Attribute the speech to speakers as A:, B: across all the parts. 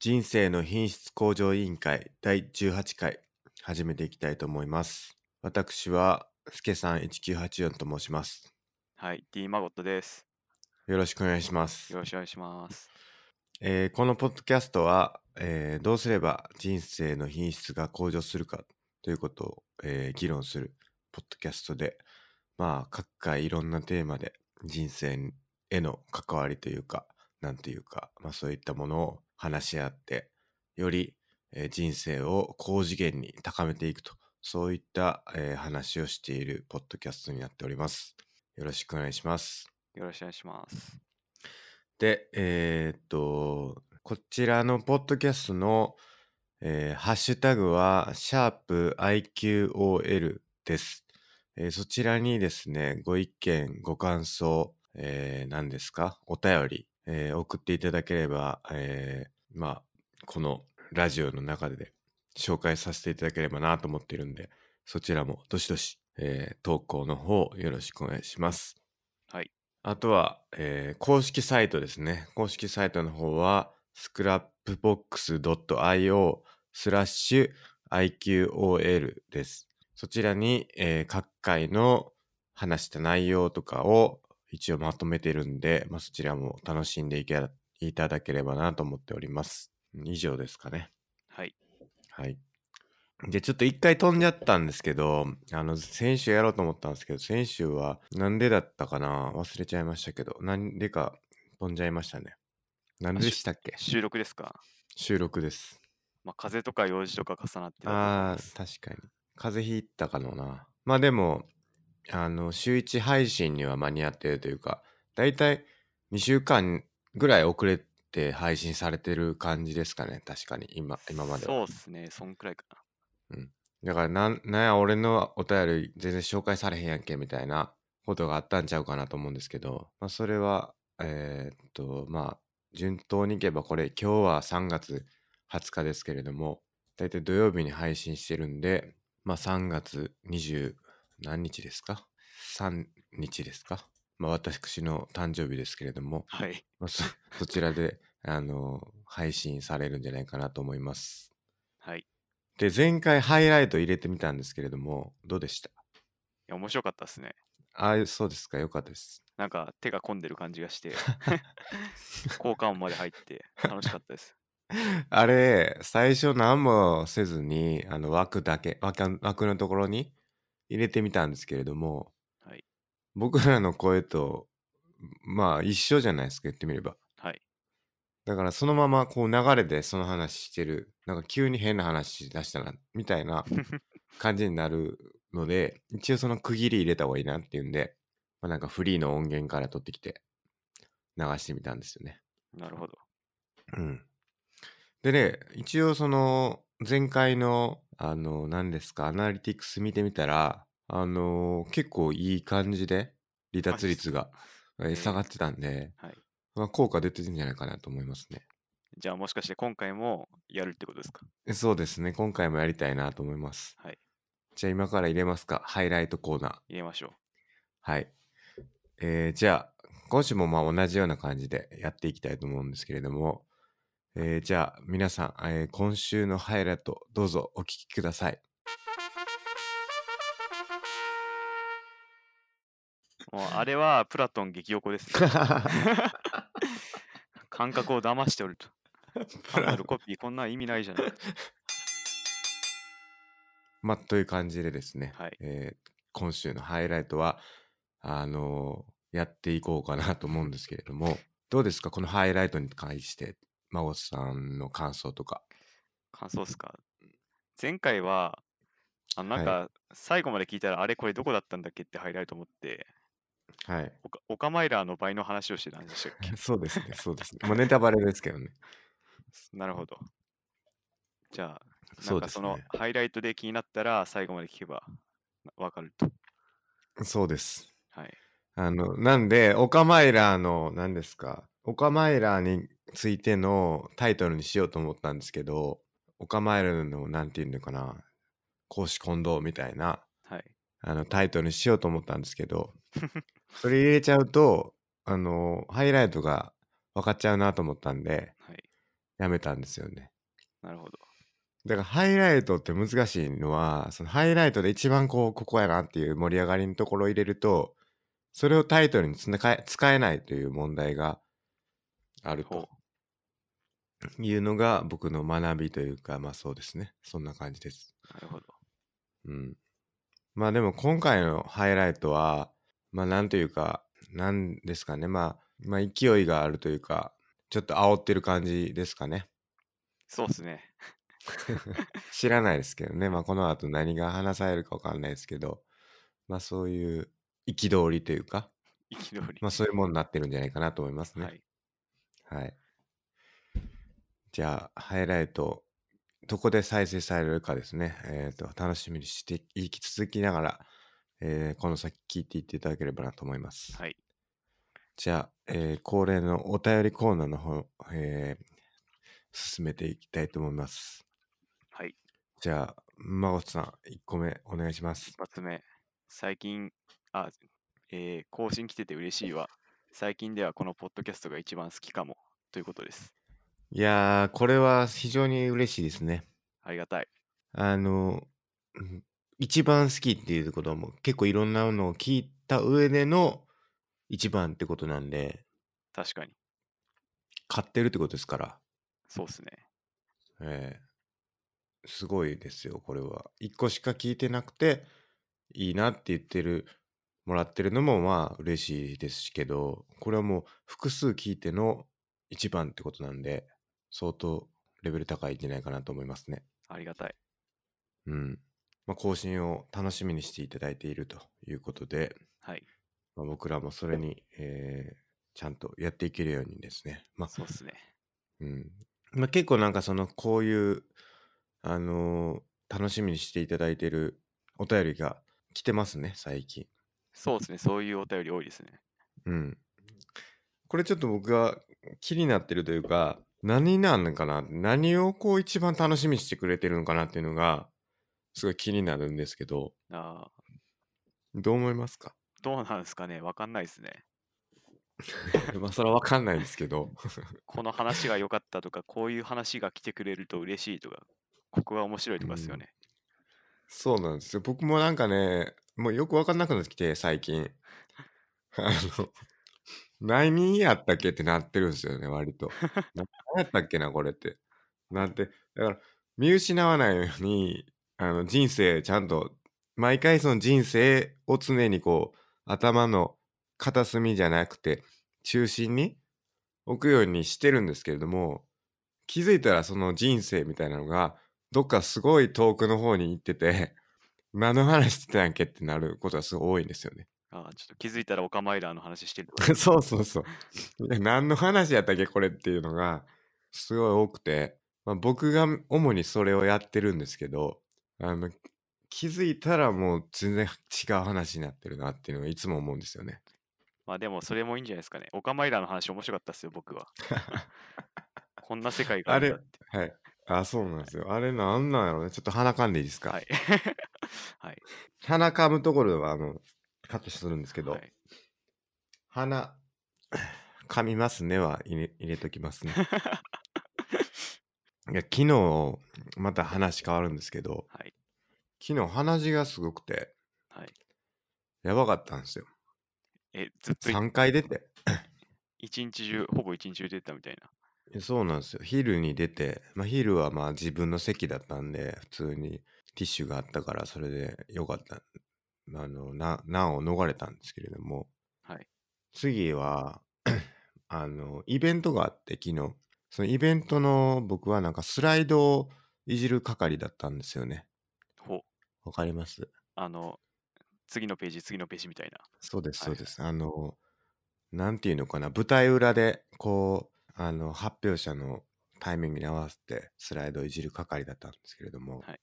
A: 人生の品質向上委員会第18回始めていきたいと思います。私はすけさん1984と申します。
B: はい、D マゴットです。
A: よろしくお願いします
B: よ。ろしくお願いします。
A: えーこのポッドキャストは、えーどうすれば人生の品質が向上するかということを、えー議論するポッドキャストで、まあ、各回いろんなテーマで人生への関わりというか、なんていうか、まあ、そういったものを話し合って、より、えー人生を高次元に高めていくと、そういった、えー話をしているポッドキャストになっております。よろしくお願いします。
B: よろしくお願いします。
A: で、えーっと、こちらのポッドキャストの、えーハッシュタグは、シャープ i q o l です、えーそちらにですね、ご意見、ご感想、えー何ですか、お便り、えー送っていただければ、えーまあ、このラジオの中で紹介させていただければなと思っているんで、そちらもどしどし、えー投稿の方よろしくお願いします。あとは、えー公式サイトですね。公式サイトの方は、scrapbox.io スラッシュ IQOL です。そちらに、えー各回の話した内容とかを一応まとめてるんで、まあ、そちらも楽しんでいけいただければなと思っております。以上ですかね。
B: はい、
A: はい。で、ちょっと一回飛んじゃったんですけど、あの、先週やろうと思ったんですけど、先週はなんでだったかな忘れちゃいましたけど、なんでか飛んじゃいましたね。なんでしたっけ
B: 収録ですか。
A: 収録です。
B: まあ、風邪とか用事とか重なってたと思い
A: ああ
B: ま
A: ー、
B: す
A: 確かに。風邪ひいたかのな。まあでも、あの、週1配信には間に合ってるというか、だいたい2週間ぐらい遅れて配信されてる感じですかね。確かに、今、今までは。
B: そうですね、そんくらいかな。
A: だからなん、なんや、俺のお便り全然紹介されへんやんけ、みたいなことがあったんちゃうかなと思うんですけど、まあ、それは、えーっと、まあ、順当にいけば、これ、今日は3月20日ですけれども、だいたい土曜日に配信してるんで、まあ、3月20何日ですか ?3 日ですかまあ、私の誕生日ですけれども、
B: はい、
A: まあ、そ そちらで、あの、配信されるんじゃないかなと思います。
B: はい、い
A: で、前回ハイライト入れてみたんですけれども、どうでした
B: や、面白かったですね。
A: ああ、そうですか、よかったです。
B: なんか手が込んでる感じがして。 効果音まで入って、楽しかったです。
A: あれ、最初何もせずに、あの枠だけ、枠枠のところに入れてみたんですけれども、
B: はい
A: 僕らの声と、まあ一緒じゃないですか、言ってみれば。
B: はい、
A: だからそのままこう流れでその話してる、なんか急に変な話し出したな、みたい な感じになるので、一応その区切り入れた方がいいなっていうんで、まあ、なんかフリーの音源から取ってきて流してみたんですよね。
B: なるほど。
A: うん。でね、一応その前回の、あの、何ですか、アナリティクス見てみたら、あの、結構いい感じで離脱率がえー
B: えー
A: 下がってたんで、
B: はい
A: まあ、効果出てるんじゃないかなと思いますね。
B: じゃあ、もしかして今回もやるってことですか。
A: えそうですね。今回もやりたいなと思います。
B: はい、
A: じゃあ今から入れますか。ハイライトコーナー。
B: 入れましょ
A: はい。えーじゃあ、今週もまあ同じような感じでやっていきたいと思うんですけれども、えーじゃあ皆さん、えー今週のハイライト、どうぞお聞きくださ い。
B: う。もうあれはプラトン激横ですね。感覚を騙して おると。単なるコピー、こんなん意味ないじゃない。
A: まあ、という感じでですね、
B: はい
A: えー今週のハイライトは、あのーやっていこうかなと思うんですけれども、どうですかこのハイライトに関して、孫さんの感想とか。
B: 感想っすか前回は、あのなん
A: は
B: か、最後まで聞いたら、あれこれどこだったんだっけって入られると思って、
A: はい。
B: オカオカマイラーの倍の話をしてたんでしたっ け
A: そうですね、そう ですね。もうネタバレですけどね。
B: なるほど。じゃあ、な
A: そ
B: ん
A: う
B: か
A: です
B: その
A: ね。
B: ハイライトで気になったら、最後まで聞けばわかると。
A: そうです。
B: はい。
A: あの、なんで、オカマイラーの、何ですか、オカマイラーについてのタイトルにしようと思ったんですけど、オカマイラーの、なんていうのかな、公私混同みたいな、
B: はい。
A: あの、タイトルにしようと思ったんですけど、それ入れちゃうと、あの、ハイライトが分かっちゃうなと思ったんで、
B: はい。
A: やめたんですよね。
B: なるほど。
A: だからハイライトって難しいのはそのハイライトで一番こうここやなっていう盛り上がりのところを入れるとそれをタイトルにつなかえ使えないという問題があると
B: ほ
A: いうのが僕の学びというかまあそうですねそんな感じです。
B: う。なるほど。
A: うん、まあでも今回のハイライトはまあなんというかなんですかねまあまあ勢いがあるというかちょっと煽ってる感じですかね。
B: そうで すね。
A: 知らないですけどね、まあ、この後何が話されるかわかんないですけど、まあ、そういう憤りというか、
B: 憤り。
A: まあ、そういうものになってるんじゃないかなと思いますね。
B: は
A: はい。
B: い。
A: じゃあ、ハイライト、どこで再生されるかですね、えーと楽しみにしていき続きながら、えーこの先聞いていっていただければなと思います。
B: はい。
A: じゃあ、えー恒例のお便りコーナーの方、えー進めていきたいと思います。
B: はい。
A: じゃあ、まごさん、1個目お願いします
B: 一。発目。最近、あ、えー、更新来てて嬉しいわ。最近ではこのポッドキャストが一番好きかも。ということです。
A: いやー、これは非常に嬉しいですね。
B: ありがたい。
A: あの、うん一番好きっていうことはもう結構いろんなのを聞いた上での一番ってことなんで、
B: 確かに。
A: 買ってるってことですから、
B: そうですね。
A: えーすごいですよ、これは。1個しか聞いてなくて、いいなって言ってる、もらってるのもまあ嬉しいですけど、これはもう複数聞いての一番ってことなんで、相当レベル高いんじゃないかなと思いますね。
B: ありがたい。
A: うん。まあ、更新を楽しみにしていただいているということで、
B: はい。
A: まあ、僕らもそれに、えーちゃんとやっていけるようにですね。まあ、
B: そうですね。
A: うんまあ、結構なんかそのこういう、あのー楽しみにしていただいてるお便りが来てますね最近。
B: そうですね。そういうお便り多いですね。
A: うん、これちょっと僕が気になってるというか何なんのかな何をこう一番楽しみにしてくれてるのかなっていうのがすごい気になるんですけど
B: あー
A: どう思いますか
B: どうなんですかねわかんないですね。
A: まあそれは分かんないんですけど
B: この話が良かったとか、こういう話が来てくれると嬉しいとか、ここが面白いとかですよね。
A: そうなんですよ僕もなんかねもうよく分かんなくなってきて最近あの何やったっけってなってるんですよね割とな何やったっけなこれってなんてだから見失わないようにあの人生ちゃんと毎回その人生を常にこう頭の片隅じゃなくて中心に置くようにしてるんですけれども気づいたらその人生みたいなのがどっかすごい遠くの方に行ってて 何の話してたんやっけってなることがすごい多いんですよね。
B: あーちょっと気づいたらオカマイラーの話してると か。
A: そうそうそう。いや何の話やったっけこれっていうのがすごい多くて、まあ、僕が主にそれをやってるんですけどあの気づいたらもう全然違う話になってるなっていうのをいつも思うんですよね。
B: まあでもそれもいいんじゃないですかね。オカマイラーの話面白かったですよ、僕は。こんな世界があるんだって。
A: はい。あそうなんですよ。あれなんなんやろうね。ちょっと鼻かんでいいですか。
B: はい。 はい。
A: 鼻かむところはあのカットするんですけど、
B: はい
A: 鼻噛みますねは入れ入れときます ねいや昨日また話変わるんですけど
B: はい。
A: 昨日鼻血がすごくて
B: はい。
A: やばかったんですよ
B: え、ずっとい
A: 3回出て
B: 一日中、ほぼ一日中出てたみたいな。
A: そうなんですよ昼に出て、まあ、昼はまあ自分の席だったんで普通にティッシュがあったからそれでよかったあのな難を逃れたんですけれども
B: はい。
A: 次は あのイベントがあって昨日そのイベントの僕はなんかスライドをいじる係だったんですよね
B: ほう。
A: わかります
B: あの、次のページ、次のページみたいな。
A: そうですそ
B: はいは
A: う
B: い
A: です、あのなんていうのかな舞台裏でこうあの発表者のタイミングに合わせてスライドをいじる係だったんですけれども、
B: はい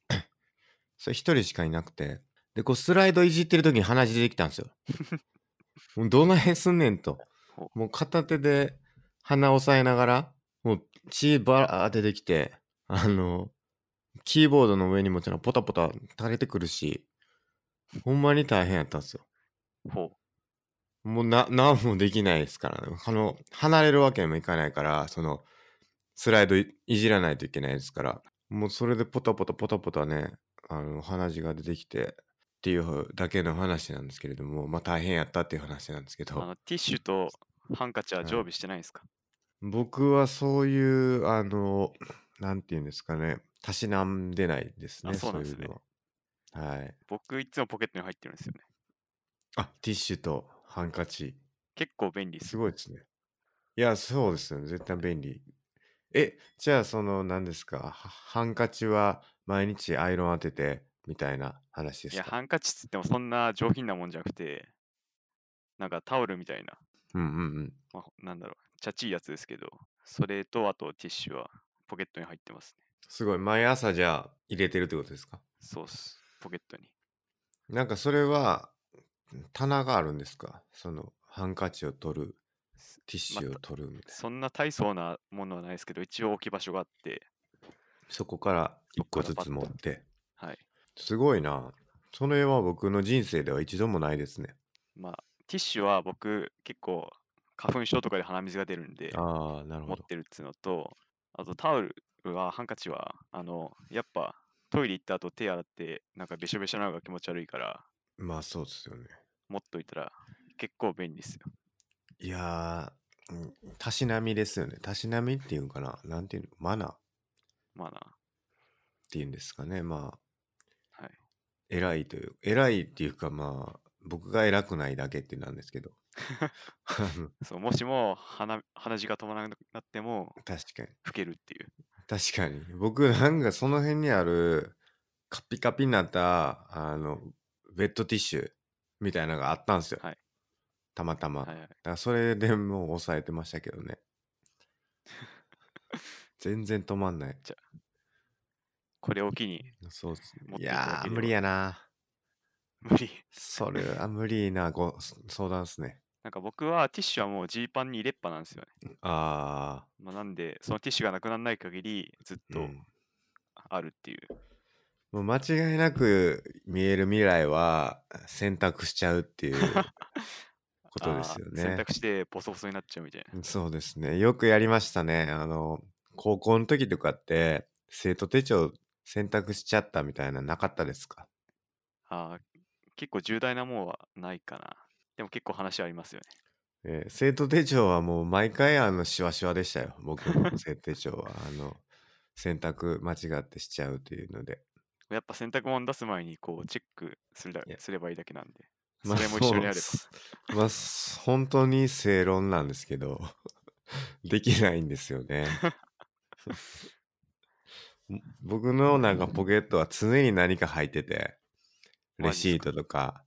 A: それ一人しかいなくてでこうスライドいじってる時に鼻血出てきたんですよもうどないすんねんと
B: ほ
A: もう片手で鼻押さえながらもう血ばらー出てきてあのキーボードの上にもちろんポタポタ垂れてくるしほんまに大変やったんですよ
B: う。ほう。
A: もうな、何もできないですからね。あの、離れるわけにもいかないから、その、スライドいいじらないといけないですから、もうそれでポタポタポタポタね、あの、鼻血が出てきて、っていうだけの話なんですけれども、まあ大変やったっていう話なんですけ
B: あ
A: ど、
B: のティッシュとハンカチは常備してないですか、
A: 僕はそういう、あの、なんていうんですかね、たしなんでないですね、
B: あそうなんですね
A: そういうのは。はい。
B: 僕いつもポケットに入ってるんですよね。
A: あ、ティッシュとハンカチ。
B: 結構便利ですす。
A: ごいですね。いや、そうですよね。絶対便利。え、じゃあ、その、何ですか、はハンカチは毎日アイロン当ててみたいな話で
B: い
A: す
B: や、
A: か。
B: ハンカチっつってもそんな上品なもんじゃなくて、なんかタオルみたいな、
A: うんうんうん。
B: まあ、ほなんだろう、ちゃちいやつですけど、それとあとティッシュはポケットに入ってますね。
A: すごい。毎朝じゃあ入れてるってことですか。
B: そうっす、ポケットに。
A: なんか、それは、棚があるんですか。その、ハンカチを取る、ティッシュを取るみたいな。
B: そんな大層なものはないですけど、一応置き場所があって、
A: そこから一個
B: そ
A: ず
B: っから
A: つ持って。
B: はい。
A: すごいな。それは僕の人生では一度もないですね。
B: まあ、ティッシュは僕結構花粉症とかで鼻水が出るんで、
A: ああ、なる
B: 持
A: ほ
B: っ
A: ど。
B: てるっつうのと、あとタオルは、ハンカチは、あの、やっぱトイレ行った後手洗って、なんかべしょべしょなのが気持ち悪いから、
A: まあ、そうですよね。
B: 持っといたら結構便利ですよ。
A: いやー、うんたしなみですよね。たしなみっていうんかな。なんていうのマナーっ
B: まあな。
A: ていうんですかね。まあ、
B: はい
A: 偉いという、偉いっていうかまあ、僕が偉くないだけってなんです けど。 あの
B: そうもしも鼻鼻血が止まらなくなっても、
A: 確かに。
B: 老けるっていう。
A: 確かに。僕なんかその辺にある、カピカピになった、あの、ウェットティッシュみたいなのがあったんですよ。
B: はい
A: たまたま。
B: はいはい。
A: だからそれでもう抑えてましたけどね。 全然止まんない。
B: これを機に
A: そうっすね
B: 持っ
A: い
B: ていただ
A: やー、
B: ければ
A: 無理やな。
B: 無理。
A: それは無理なご相談っすね。
B: なんか僕はティッシュはもうジーパンに入れっぱなんですよね。
A: あ
B: まあ、なんで、そのティッシュがなくならない限り、ずっ
A: ー、う
B: と
A: ん
B: あるっていう。
A: もう間違いなく見える未来は選択しちゃうって いうことですよ
B: あー選
A: ね。
B: 択してボソボソになっちゃうみたいな。
A: そうですね。よくやりましたね。あの、高校の時とかって生徒手帳選択しちゃったみたいななかったですか
B: あー結構重大なもんはないかな。でも結構話ありますよね。
A: えー生徒手帳はもう毎回あのしわしわでしたよ僕の生徒手帳はあの選択間違ってしちゃうというので
B: やっぱ洗濯物出す前にこうチェックするだ
A: いや
B: すればいいだけなんで。
A: ま
B: そ
A: あ
B: れも一緒にやれば。
A: そうっすまあす本当に正論なんですけど できないんですよね ん僕のなんかポケットは常に何か入っててレ
B: マジ
A: シー
B: ですか
A: トとか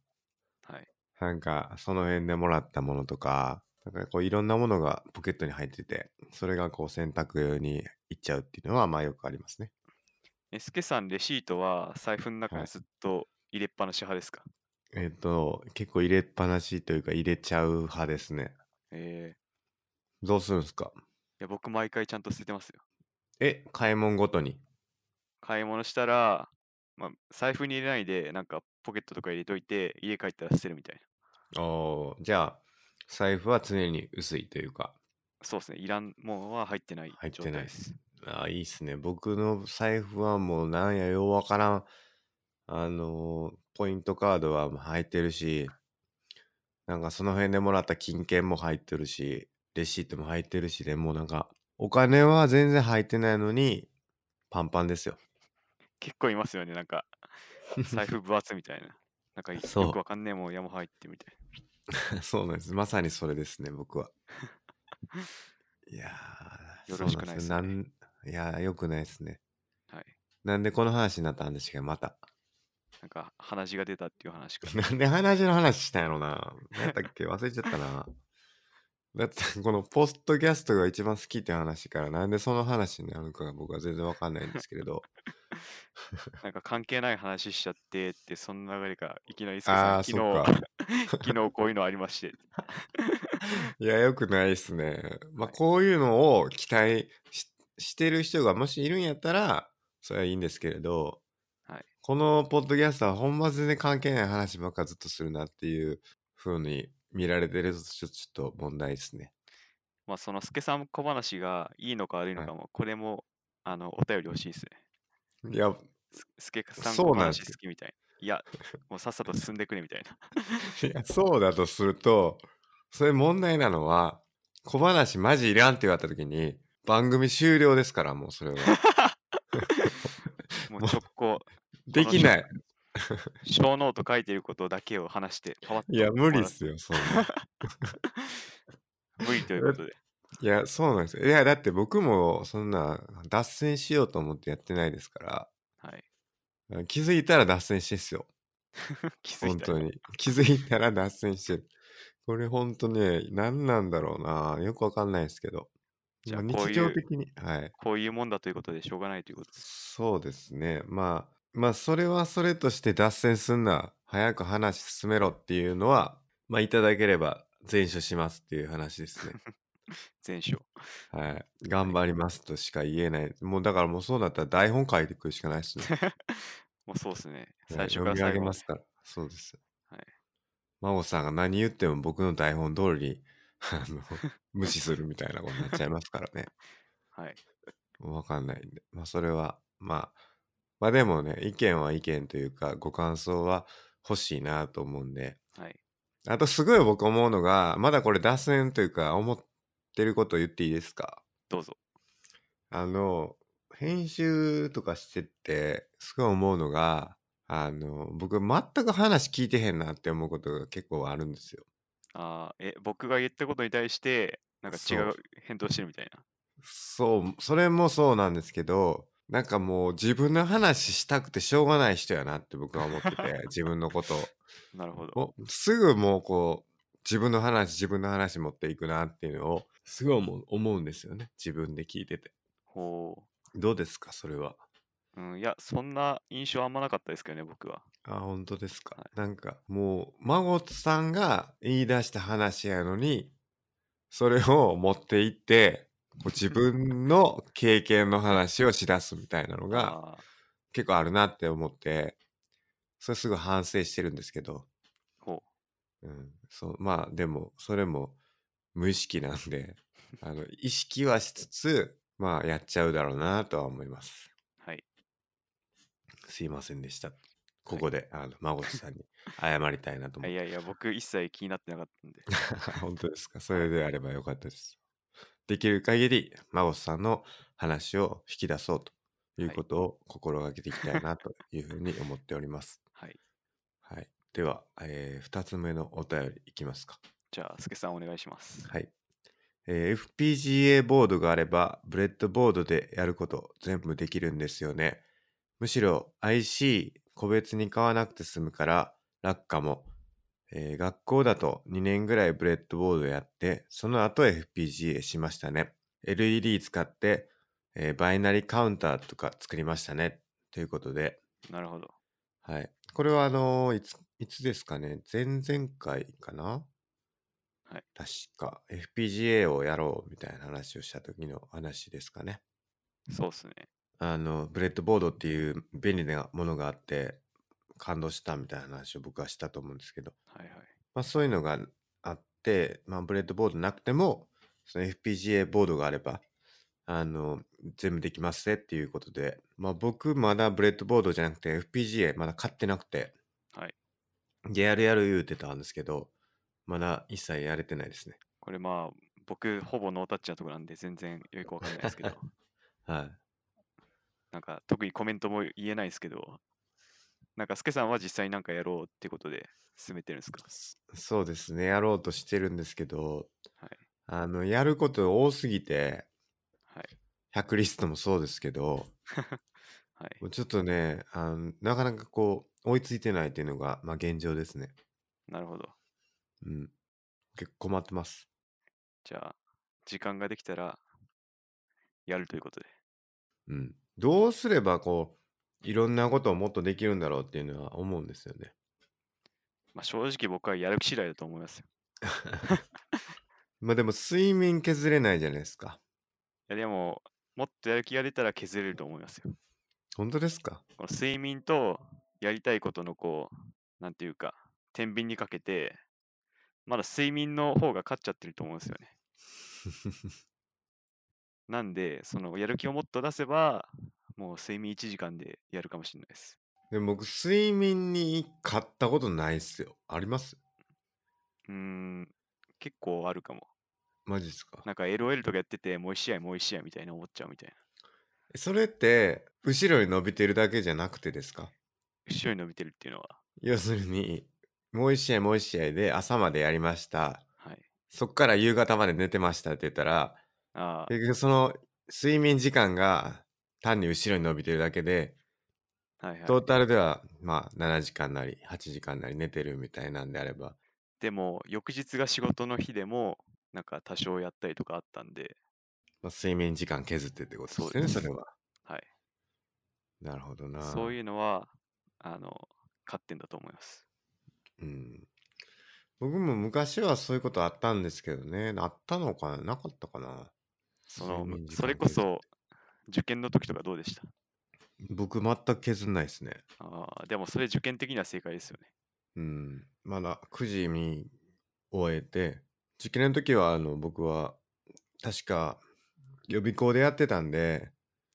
B: はい。
A: なんかその辺でもらったものとかなんかこういろんなものがポケットに入っててそれがこう洗濯用にいっちゃうっていうのはまあよくありますね
B: え、すけさん、レシートは財布の中
A: は
B: に
A: い
B: ずっと入れっぱなし派ですか、
A: えっ、と結構入れっぱなしというか入れちゃう派ですね
B: えーい
A: どうするんですか
B: や、僕毎回ちゃんと捨ててますよ。
A: え買い物ごとに
B: 買い物したら、まあ、財布に入れないで、なんかポケットとか入れといて、家帰ったら捨てるみたいな。
A: おーじゃあ財布は常に薄いというか
B: そうですね。いらんもんは入ってない
A: 入っ
B: 状
A: て
B: 態
A: ない
B: です。
A: あーいいっすね僕の財布はもうなんやようわからんあのーポイントカードはもう入ってるしなんかその辺でもらった金券も入ってるしレシートも入ってるしでもうなんかお金は全然入ってないのにパンパンですよ
B: 結構いますよね。なんか、財布分厚みたいな。なんかい
A: そう
B: よくわかんねえもん山入ってみたいな。
A: そうなんです。まさにそれですね、僕は。いやー、
B: よろしくない
A: そうなんですよなんいやー、よくないですね。
B: はい。
A: なんでこの話になったんですか、また。
B: なんか鼻血が出たっていう話か。
A: なんで話の話したんやろな。何やったっけ、忘れちゃったな。だって、このポストキャストが一番好きって話から、なんでその話になるのかが僕は全然わかんないんですけれど。
B: なんか関係ない話しちゃってって、その流れがいきなりすけさ
A: あ
B: ん
A: あ、
B: 昨
A: そっ
B: 日
A: か。、
B: 昨日こういうのありまして。
A: いや、よくないですね。まあ、こういうのを期待ししてる人がもしいるんやったら、それはいいんですけれど、
B: はい
A: このポッドキャストはほんま全然関係ない話ばっかずっとするなっていう風に見られてるとちょちょっと問題ですね。
B: まあ、その助さん小話がいいのか悪いのかも、これも、あの、お便り欲しいですね。
A: いや、
B: す助さん
A: そ
B: 小
A: うなんですけ
B: 話好
A: ど
B: きみたいな。いや、もうさっさと進んでくれみ たいな。
A: いやそうだとすると、それ問題なのは、小話マジいらんって言われた時に、番組終了ですから、もう それは。
B: もう直行、
A: できない。
B: 小ノート書いてることだけを話して、パワッと
A: いや、無理っすよ、そんな。
B: 無理というこ とで。
A: いや、そうなんですよ。いや、だって僕もそんな脱線しようと思ってやってないですか
B: はい。
A: ら、気づいたら脱線してっすよ。
B: 気づい
A: 本
B: た
A: 当
B: ら。
A: に。気づいたら脱線してる。これ本当ね、何なんだろうな。よくわかんないですけど。
B: じゃあ
A: ま
B: こうい
A: 日
B: う
A: 常的に。はい。
B: こういうもんだということでしょうがないということです。
A: そうですね。まあ、まあ、それはそれとして脱線すんな。早く話進めろっていうのは、まあ、いただければ全処しますっていう話ですね。
B: 全勝。
A: はい。頑張りますとしか言えない。もうだからもうそうだったら台本書いてくるしかないですね。
B: もうそうですね。
A: は
B: 最
A: い読
B: 初から
A: み上
B: 最
A: げ
B: 後
A: ま
B: ます
A: から。そうです。
B: はい。
A: 真帆さんが何言っても僕の台本通り に、あ の、無視するみたいなことになっちゃいますからね。
B: で。はい。
A: わかんないんで。まあ、それは、まあ、まあでもね、意見は意見というか、ご感想は欲しいなと思うんで。
B: はい。
A: あと、すごい僕思うのが、まだこれ脱線というか、思ってること言っていいですか
B: どうぞ。
A: あの、編集とかしてって、すごい思うのが、あの、僕、全く話聞いてへんなって思うことが結構あるんですよ。
B: あーえ、僕が言ったことに対して、なんか違
A: そう
B: う返答してるみたいな。
A: そう、それもそうなんですけど、なんかもう自分の話したくてしょうがない人やなって僕は思ってて、自分のことを。
B: なるほど。
A: おすぐもうこう自分の話自分の話持っていくなっていうのをすごい思う思うんですよね自分で聞いてて
B: ほ
A: どうですかそれは
B: う。うん、いや、そんな印象あんまなかったですけどね、僕は。
A: あ本当ですか、
B: は
A: なんかもう孫さんが言い出した話やのにそれを持っていってこう自分の経験の話をしだすみたいなのが
B: あー
A: 結構あるなって思ってそれすぐ反省してるんですけど
B: ほ
A: うん、そうまあでもそれも無意識なん であの意識はしつつまあやっちゃうだろうなとは思います
B: う。はい。
A: すいませんでしたここで、あの孫さんに謝りたいなと
B: あ
A: 思っ
B: い
A: て
B: やいや、僕一切気になってなかったんで。
A: 本当ですかそれであればよかったですできる限り孫さんの話を引き出そうという
B: はい
A: ことを心がけていきたいなというふうに思っております、
B: はい。
A: はい、では、え2つ目のお便りいきますか
B: じゃあ、すけさんお願いします。
A: はい。えー FPGA ボードがあれば、ブレッドボードでやること全部できるんですよね。むしろ IC 個別に買わなくて済むから楽かも。えー学校だと2年ぐらいブレッドボードやって、その後 FPGA しましたね。LED 使って、えーバイナリーカウンターとか作りましたね。ということで、
B: なるほど。
A: はい。これはあのーいつ、いつですかね前々回かな
B: はい。
A: 確か FPGA をやろうみたいな話をした時の話ですかね。
B: そうっすね。
A: あの、ブレッドボードっていう便利なものがあって感動したみたいな話を僕はしたと思うんですけど、
B: はいはい。
A: まあそういうのがあって、まあブレッドボードなくても、その FPGA ボードがあれば、あの、全部できますねっていうことで、まあ僕まだブレッドボードじゃなくて FPGA まだ買ってなくて、
B: はい。
A: でやるやる言うてたんですけど、まだ一切やれてないですね。
B: これまあ、僕、ほぼノータッチなとこなんで、全然よくわかんな いですけど、
A: はい。
B: なんか、特にコメントも言えないですけど、なんか、すけさんは実際になんかやろうってことで進めてるんですか
A: そそうですねやろうとしてるんですけど、
B: はい
A: あのやること多すぎて
B: はい。
A: 100リストもそうですけど
B: はい。
A: もうちょっとねあのなかなかこう追いついてないっていうのが、まあ、現状ですね
B: なるほど。
A: うん結構困ってます
B: じゃあ、時間ができたら、やるということで。
A: うんどうすればこういろんなことをもっとできるんだろうっていうのは思うんですよね
B: まあ、正直僕はやる気次第だと思いますよ。
A: まあでも睡眠削れないじゃないですか
B: いや、でも、もっとやる気が出たら削れると思いますよ。
A: 本当ですか
B: この睡眠とやりたいことのこう、なんていうか、天秤にかけて、まだ睡眠の方が勝っちゃってると思うんですよね。なんで、そのやる気をもっと出せば、もう睡眠1時間でやるかもしれないです。
A: でも僕、睡眠に買ったことないっすよ。あります
B: うーん、結構あるかも。
A: マジっすか
B: なんか LOL とかやってて、もう1試合、もう1試合みたいな思っちゃうみたいな。
A: それって、後ろに伸びてるだけじゃなくてですか
B: 後ろに伸びてるっていうのは、
A: 要するに、もう一試合もう一試合で朝までやりました。
B: はい。
A: そっから夕方まで寝てましたって言ったら、
B: あ
A: 結局その睡眠時間が単に後ろに伸びてるだけで、
B: あ、はいは
A: トー
B: い。
A: タルではまあ7時間なり8時間なり寝てるみたいなんであれば、
B: でも、翌日が仕事の日でも、なんか多少やったりとかあったんで、
A: まあ、睡眠時間削ってってことです
B: そう
A: よ
B: で
A: ね、
B: す
A: それは。
B: はい。
A: なるほどな。
B: そういうのは、あの、勝ってんだと思います。
A: うん。僕も昔はそういうことあったんですけどね、あったのかな、なかったかな。
B: その
A: 睡眠、時間
B: それこそ、受験の時とかどうでした
A: 僕全く削んないですね。
B: ああ、でもそれ受験的には正解ですよね。
A: うん、まだ9時に終えて受験の時はあの僕は確か予備校でやってたんで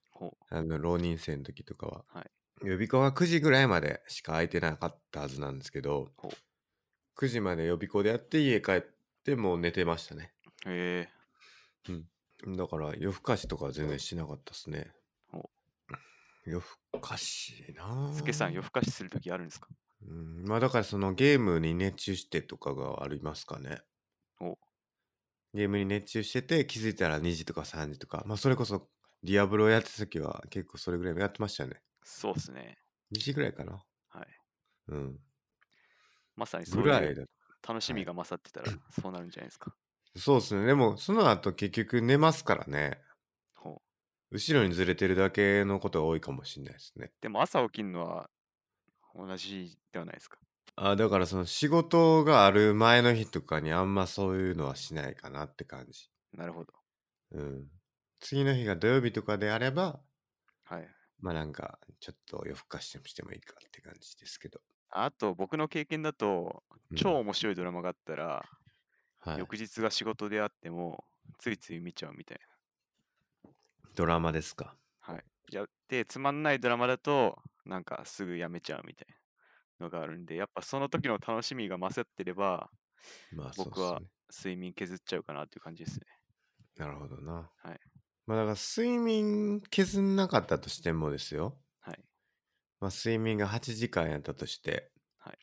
B: ほう。
A: あの浪人生の時とかは、
B: はい
A: 予備校が9時ぐらいまでしか空いてなかったはずなんですけど
B: ほ
A: 9時まで予備校でやって家帰ってもう寝てましたね
B: へえ
A: だから夜更かしとかは全然しなかったですね
B: ほ
A: 夜更かしなあ
B: すけさん夜更かしする時あるんですか
A: うん、まあだからそのゲームに熱中してとかがありますかね。
B: お
A: ゲームに熱中してて気づいたら2時とか3時とか、まあそれこそディアブロやってた時は結構それぐらいやってましたよね。
B: そうですね。
A: 2時ぐらいかな。
B: はい。
A: うん。
B: まさにそう
A: ぐ
B: い
A: らいうだ。
B: 楽し
A: は
B: み
A: い
B: が勝ってたらそうなるんじゃないですか。
A: そうですね。でもその後結局寝ますからね。
B: ほう。
A: 後ろにずれてるだけのことが多いかもしれないですね。
B: でも朝起きるのは同じではないですか。
A: あだからその仕事がある前の日とかにあんまそういうのはしないかなって感じ。
B: なるほど。
A: うん。次の日が土曜日とかであれば、
B: はい。
A: まあなんか、ちょっと夜更かししてもいいかって感じですけど。
B: あと僕の経験だと
A: うん
B: 超面白いドラマがあったら、
A: はい、
B: 翌日が仕事であってもついつい見ちゃうみたい
A: ドラマですか。
B: な。はい。やってつまんないドラマだとなんかすぐやめちゃうみたいなのがあるんでやっぱその時の楽しみが勝ってれば
A: まあそうです
B: 僕は
A: ね。
B: 睡眠削っちゃうかなっていう感じですね。
A: なるほどな。
B: はい。
A: まあだから睡眠削んなかったとしてもですよ。
B: はい。
A: まあ睡眠が8時間やったとして。
B: はい。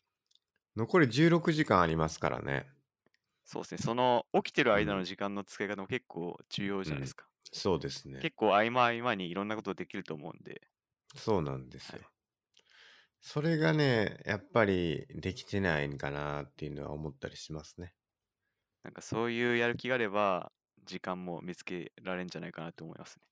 A: 残り16時間ありますからね。
B: そうですね、その起きてる間
A: う
B: の時間の使い方も結構重要じゃないですか。
A: そうですね。
B: 結構合間合間にいろんなことできると思うんで、
A: そうなんですよ。
B: はい
A: それがね、やっぱりできてないんかなっていうのは思ったりしますね。
B: なんかそういうやる気があれば、時間も見つけられるんじゃないかなと思いますね。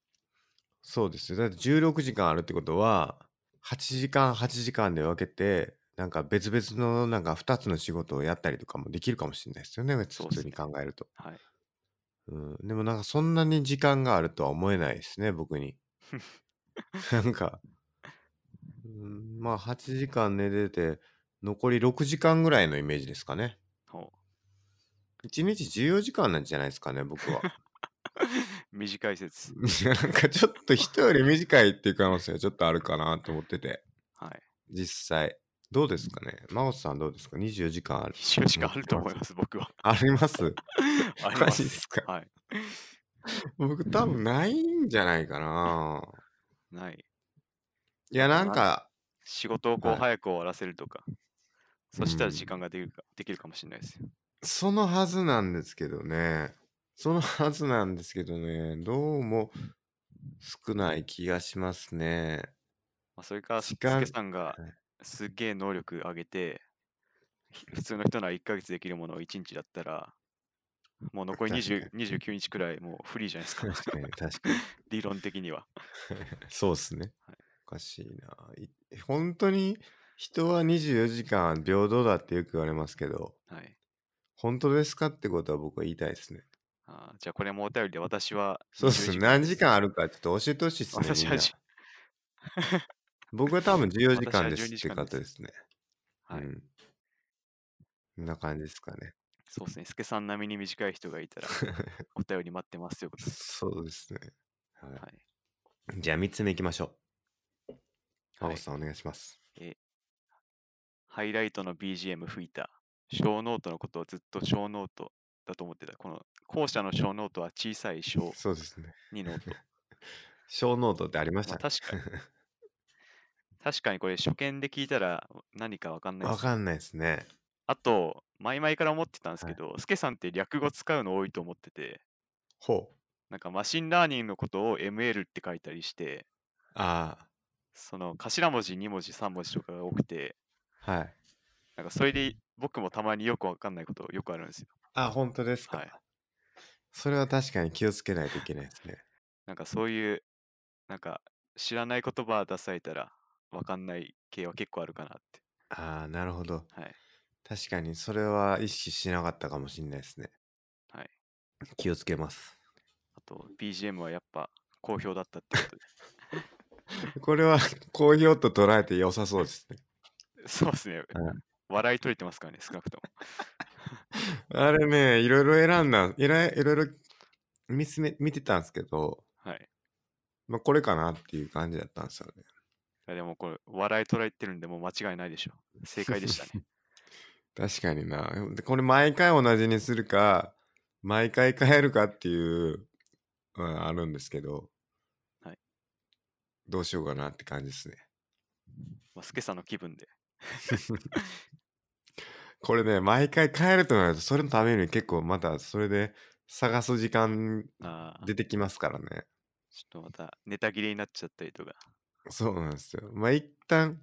A: そうですよ。だって16時間あるってことは、8時間8時間で分けて、なんか別々のなんか2つの仕事をやったりとかもできるかもしれないですよね。
B: そう
A: 普
B: です
A: 通
B: ね
A: に考えると。
B: はい。
A: うん。でもなんかそんなに時間があるとは思えないですね、僕 に。なんか、うん、まあ8時間寝てて、残り6時間ぐらいのイメージですかね。
B: ほ
A: 1日14時間なんじゃないですかね、僕は。
B: う 短い説。
A: いやなんかちょっと人より短いっていう可能性はちょっとあるかなと思ってて。
B: はい。
A: 実際。どうですかね真央さんどうですか ?24 時間ある。
B: 一緒しかあると思います、僕は。
A: あります
B: あり
A: マ
B: ま
A: ジっ
B: す。
A: すか
B: はい。
A: 僕多分ないんじゃないかな。
B: ない。
A: いや、なんか、
B: 仕事をこう
A: はい
B: 早く終わらせるとか、そしたら
A: う
B: 時
A: ん
B: 間ができるかできるかもしれないですよ。
A: そのはずなんですけどね。そのはずなんですけどね。どうも少ない気がしますね。
B: まあ、それか、す
A: 時
B: すけ
A: 間
B: さん
A: は
B: が
A: い
B: すげえ能力上げて、ひ普通の人なら1ヶ月できるものを1日だったら、もう残り
A: 確かに
B: 20 29日くらいもうフリーじゃないです か、
A: 確かに、確かに。
B: 理論的には。
A: そうっすね
B: はい。
A: おかしいな。い本当に人は24時間平等だってよく言われますけど、
B: はい
A: 本当ですかってことは僕は言いたいですね。
B: あーじゃあこれもお便りで私は
A: そうっすね。
B: 20
A: 何時間あ
B: る
A: るかちょっと教えてほしいっすね。
B: 私
A: みん
B: は
A: な
B: じ
A: 僕は多分14時間で
B: 私
A: す
B: は12
A: って
B: 時間
A: 方
B: で
A: ですね。
B: はい
A: うん。こんな感じですかね。
B: そうですね、スケさん並みに短い人がい たら、お便り待ってますということで。
A: そうですね。はい
B: はい。
A: じゃあ3つ目いきましょう。
B: は
A: 青
B: い
A: さんお願いします。
B: ハイライトの BGM 吹いた、小ノートのことをずっと小ノートだと思ってた。この後者の小ノートは小さい小
A: そうですね。
B: にノート。
A: 小ノートってありまし
B: ま
A: た
B: あ、確 かに。確かにこれ初見で聞いたら何かわかんない
A: わ
B: です。
A: かんないですね。
B: あと、前々から思ってたんです
A: は
B: け
A: い
B: ど、スケさんって略語使うの多いと思ってて、
A: ほう。
B: なんかマシンラーニングのことを ML って書いたりして、
A: あ
B: その頭文字、2文字、3文字とかが多くて、
A: あ、はい。
B: なんかそれで僕もたまによくわかんないことよくあるんですよ。
A: あ、本当ですか。
B: はい
A: それは確かに気をつけないといけないですね。
B: なんかそういう、なんか知らない言葉出されたらわかんない系は結構あるかなって。
A: ああ、なるほど。
B: はい。
A: 確かにそれは意識しなかったかもしれないですね。
B: はい。
A: 気をつけます。
B: あと、BGM はやっぱ好評だったってことで。
A: これは好評と捉えて良さそうですね。
B: そうですね。笑い取れてますからね、少なくとも。
A: あれね、いろいろ選んだ、いろいろいろ見つめ見てたんですけど、
B: はい。
A: まあ、これかなっていう感じだったんですよね。
B: いやでもこれ、笑い取られてるんで、もう間違いないでしょ。正解でしたね。
A: 確かにな。でこれ毎回同じにするか、毎回変えるかっていう、うん、あるんですけど、
B: はい。
A: どうしようかなって感じですね。
B: まあ、スケさんの気 分で。
A: これね、毎回変えるとなると、それのために結構またそれで探す時間
B: ああ、ちょ
A: 出てきますからね。
B: っとまたネタ切れになっちゃったりとか。
A: そうなんですよ。まあ一旦、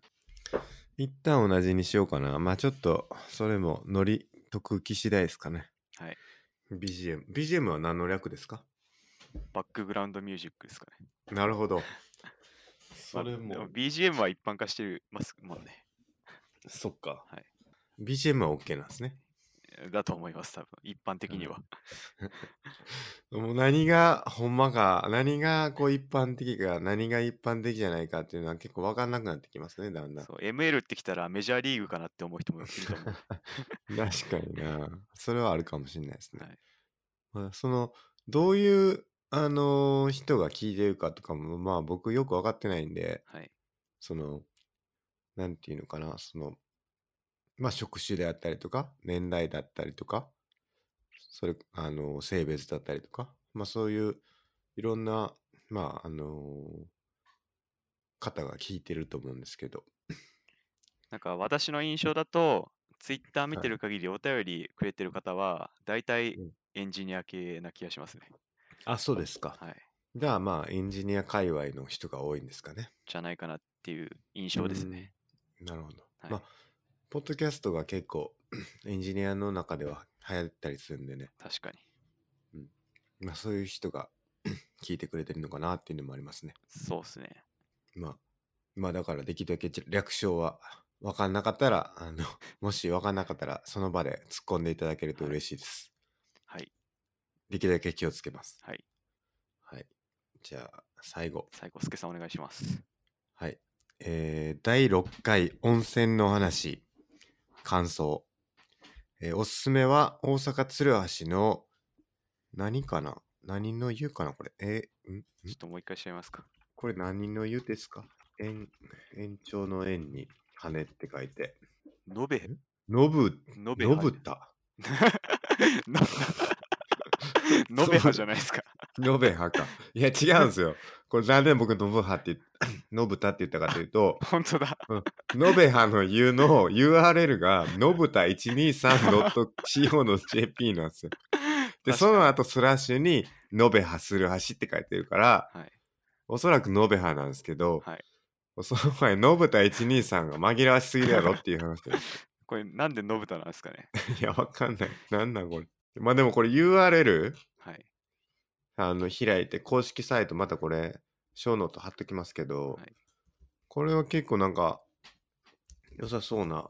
A: 一旦同じにしようかな。まあちょっと、それもノリ、特技次第ですかね。
B: はい。
A: BGM。BGM は何の略ですか
B: バックグラウンドミュージックですかね。
A: なるほ ど。
B: ま
A: そ
B: あ
A: れ
B: で
A: も、
B: BGM は一般化してますもんね。
A: そっか。
B: はい
A: BGM は OK なんですね。
B: だと思います、多分。一般的には。
A: もう何がほんまか、何がこう一般的か、何が一般的じゃないかっていうのは結構わかんなくなってきますね、だんだん。
B: そう、ML ってきたらメジャーリーグかなって思う人もいると 思う。
A: 確かにな。それはあるかもしれないですね。
B: はい
A: まあ、その、どういう、あのー人が聞いてるかとかも、まあ僕よく分かってないんで、
B: はい。
A: その、なんていうのかな、その、まあ職種であったりとか、年代だったりとか、それ、あのー性別だったりとか、まあそういう、いろんな、まあ、あのー方が聞いてると思うんですけど、
B: なんか私の印象だと、Twitter 見てる限りお便りくれてる方は、大体
A: うん
B: エンジニア系な気がしますね。
A: あ、そうですか。
B: はい。
A: じゃあまあエンジニア界隈の人が多いんですかね。
B: じゃないかなっていう印象ですね。
A: なるほど。
B: はい
A: まあ、ポッドキャストが結構 エンジニアの中では流行ったりするんでね、
B: 確かに。
A: まあそういう人が 聞いてくれてるのかなっていうのもありますね。
B: そうですね。
A: まあ、まあだからできるだけち略称は分かんなかったら、あの、 もし分かんなかったらその場で突っ込んでいただけると
B: はい
A: 嬉しいです。
B: はい。
A: できるだけ気をつけます。
B: はい。
A: はい。じゃあ最後。
B: 最後、すけさんお願いします。
A: はい。えー第6回温泉のお話、感想。えーおすすめは大阪鶴橋の何かな何の湯かなこれ。えーんん
B: ちょっともう一回しちゃいますか。
A: これ何の湯ですか延延長の円に羽って書いて。
B: のべ、
A: のぶ、
B: のべ
A: の
B: は
A: ぶた。
B: の のべはじゃないですか。
A: のべはか。いや違うんですよ。これなんで僕のぶはって 言っ、のぶたって言ったかというと、
B: 本当だ。
A: のべはの湯の URL がのぶた 123.co.jp なん ですよ。で、
B: 確かに
A: その後スラッシュにのべはする橋って書いてるから、
B: はい。
A: おそらくのべはなんですけど、
B: はい
A: その前のぶた123が紛らわしすぎるやろっていう話 で
B: これ、なんでのぶたなんですかね。
A: す。いや、わかんない。なんなんこれ。まあでもこれ URL
B: はい。
A: あの開いて公式サイトまたこれショーノート貼っときますけど、
B: はい
A: これは結構なんか良さそうな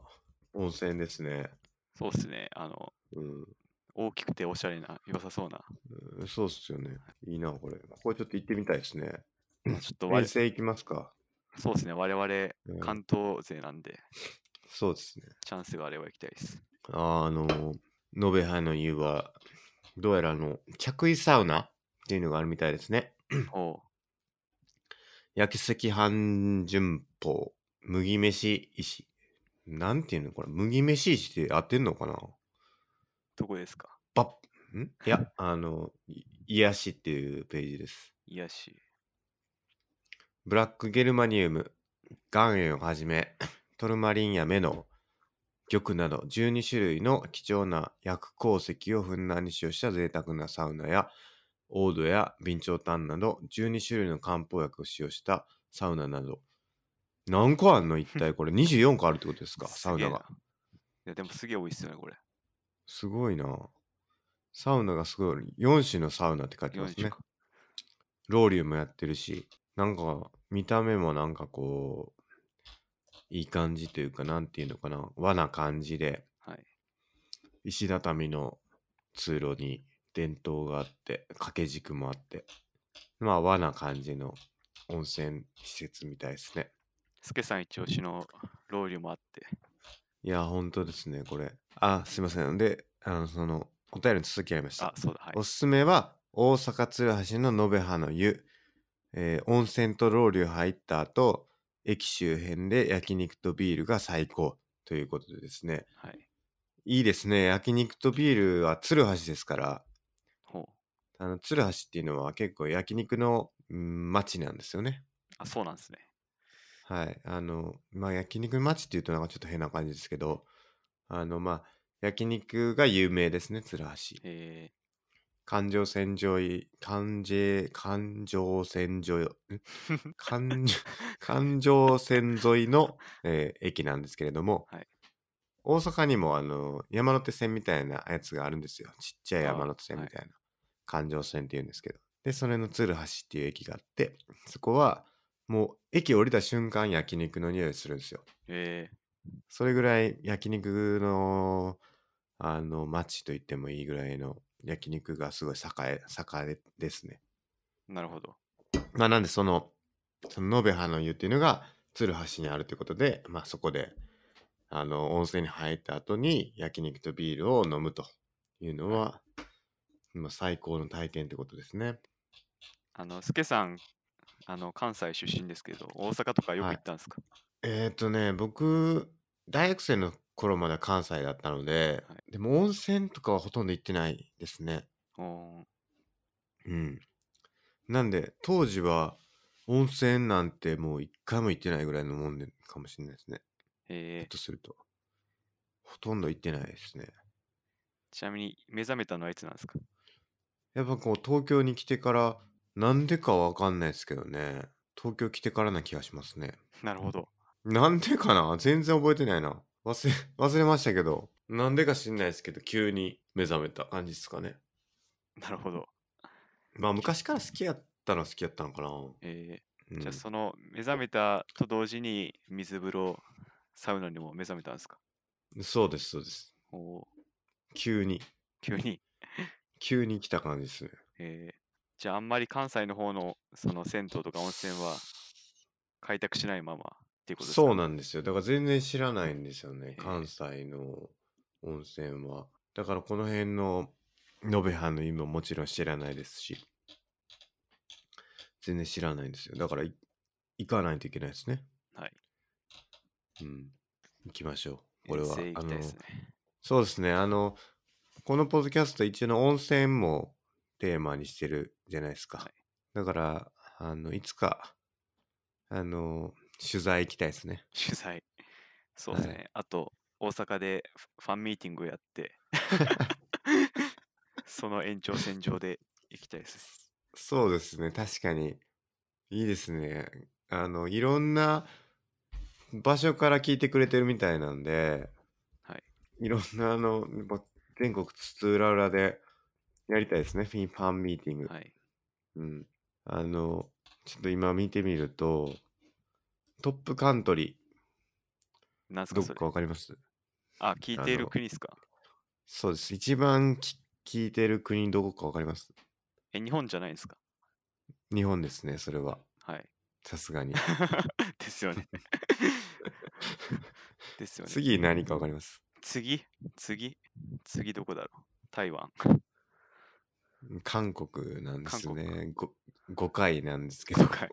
A: 温泉ですね。
B: そうですね。あの、
A: うん
B: 大きくておしゃれな、良さそうな。
A: うんそうっすよね。いいな、これ。ここちょっと行ってみたいですね。
B: まあちょっと我
A: 遠征行きますか。
B: そうですね、我
A: うん
B: 々関東勢なんで、
A: そうですね。
B: チャンスがあれば行きたいです。
A: あーあのー延べ杯の湯は、どうやらあの、着衣サウナっていうのがあるみたいですね。
B: ほ
A: 焼き赤半純法、麦飯石。なんていうのこれ、麦飯石って合ってんのかな
B: う。どこですか
A: ばっ、んいや、あの、い癒しっていうページです。
B: 癒やし。
A: ブラックゲルマニウム、岩塩をはじめ、トルマリンやメノウ、玉など12種類の貴重な薬鉱石をふんだんに使用した贅沢なサウナや、オードや備長炭など12種類の漢方薬を使用したサウナなど、何個あんの一体これ24個あるってことですかサウナが
B: す。げえないや、でもすげえ多いっすよね、これ。
A: すごいなサウナがすごい。4種のサウナって書いてます
B: 40
A: ね
B: か。。
A: ロウリュもやってるし、なんか見た目もなんかこう、いい感じというか、なんていうのかな、和な感じで、
B: はい。
A: 石畳の通路に伝統があって、掛け軸もあって、まあ和な感じの温泉施設みたいですね。
B: スケさん一押しのロウリュもあって。
A: いや、本当ですね、これ。あ、すいません。で、あの、その、お便りの続きありました
B: あ。、そうだ、はい
A: お。すすめは大阪鶴橋の延べ葉の湯、えー温泉とロウリュ入った後駅周辺で焼肉とビールが最高ということでですね
B: はい。
A: いいですね焼肉とビールは鶴橋ですから
B: ほう。
A: あの鶴橋っていうのは結構焼肉のうん街なんですよね
B: あ、そうなんですね。
A: はいあのまあ焼肉の街っていうとなんかちょっと変な感じですけどあのまあ焼肉が有名ですね鶴橋
B: え
A: 環状線上い、環状、環状線 上い、ん環状環状線沿いの、えー駅なんですけれども、
B: はい
A: 大阪にもあの山手線みたいなやつがあるんですよ。ちっちゃい
B: あー
A: 山手線みたいな。環状線っていうんですけど。で、それの鶴橋っていう駅があって、そこはもう駅降りた瞬間焼肉の匂いするんですよ。
B: ー、え
A: それぐらい焼肉の、あの、町と言ってもいいぐらいの焼肉がすごい栄え、栄えですね。
B: ー、なるほど。
A: まあなんでその、その延べ葉の湯っていうのが鶴橋にあるということで、まあそこで、あの、温泉に入った後に焼肉とビールを飲むというのは、まあ最高の体験ってことですね。
B: あの、スケさん、あの、関西出身ですけど、大阪とかよく
A: はい
B: 行ったんですか、
A: えっ、ー、とね、僕、大学生の頃までは関西だったので、
B: は
A: でも温泉とかはほとんど行ってないですね。
B: おー
A: うん。なんで、当時は温泉なんてもう一回も行ってないぐらいのもんでかもしれないですね。ひょ
B: え
A: っ
B: ー、
A: とすると。ほとんど行ってないですね。
B: ちなみに目覚めたのはいつなんですか
A: やっぱこう、東京に来てから、なんでかわかんないですけどね。東京来てからな気がしますね。
B: なるほど。
A: なんでかな全然覚えてないな。忘れ、 忘れましたけど。なんでか知んないですけど、急に目覚めた感じですかね。
B: なるほど。
A: まあ、昔から好きやったのは好きやったのかな。う
B: えー、
A: ん
B: じゃあその目覚めたと同時に水風呂、サウナにも目覚めたんですか
A: そうです、そうです。
B: おー
A: 急に。
B: 急に。
A: 急に来た感じですね。
B: えー、じゃああんまり関西の方のその銭湯とか温泉は開拓しないままっていうことですか
A: そうなんですよ。だから全然知らないんですよね
B: へ。え
A: 関西の温泉は。だからこの辺の延べ藩の意味ももちろん知らないですし、全然知らないんですよ。だからい行かないといけないですね。
B: はい。
A: うん。行きましょう。これ
B: 遠
A: は
B: 征。行
A: あ
B: き
A: の
B: たいですね。
A: そうですね。あの、このポッドキャスト一応の温泉もテーマにしてるじゃないですか。
B: はい
A: だから、あの、いつか、あの、取材行きたいですね。
B: 取材。そうです
A: はい
B: ね。あと、大阪でフファンミーティングを やって、その延長線上で行きたいですね。
A: そうですね、確かに。いいですね。あの、いろんな場所から聞いてくれてるみたいなんで、
B: はい。
A: いろんな、あの、ぼ全国津々浦々でやりたいですね、フィンファンミーティング。
B: はい。
A: うん。あの、ちょっと今見てみると、トップカントリ
B: なん
A: ー、
B: すか
A: ど
B: そ
A: こ
B: れ
A: か。わかります
B: あ、聞いてい
A: あ
B: る
A: の
B: 国ですか
A: そうです。一番き聞いてる国どこかわかります
B: え、日本じゃないんですか
A: 日本ですね、それは。
B: はい。
A: さす がに。
B: ですよね。ですよね。
A: 次何かわかります
B: 次、次、次どこだろう台湾。
A: 韓国なんです
B: 韓
A: ね。ご 5, 回なんですけど
B: 今。回。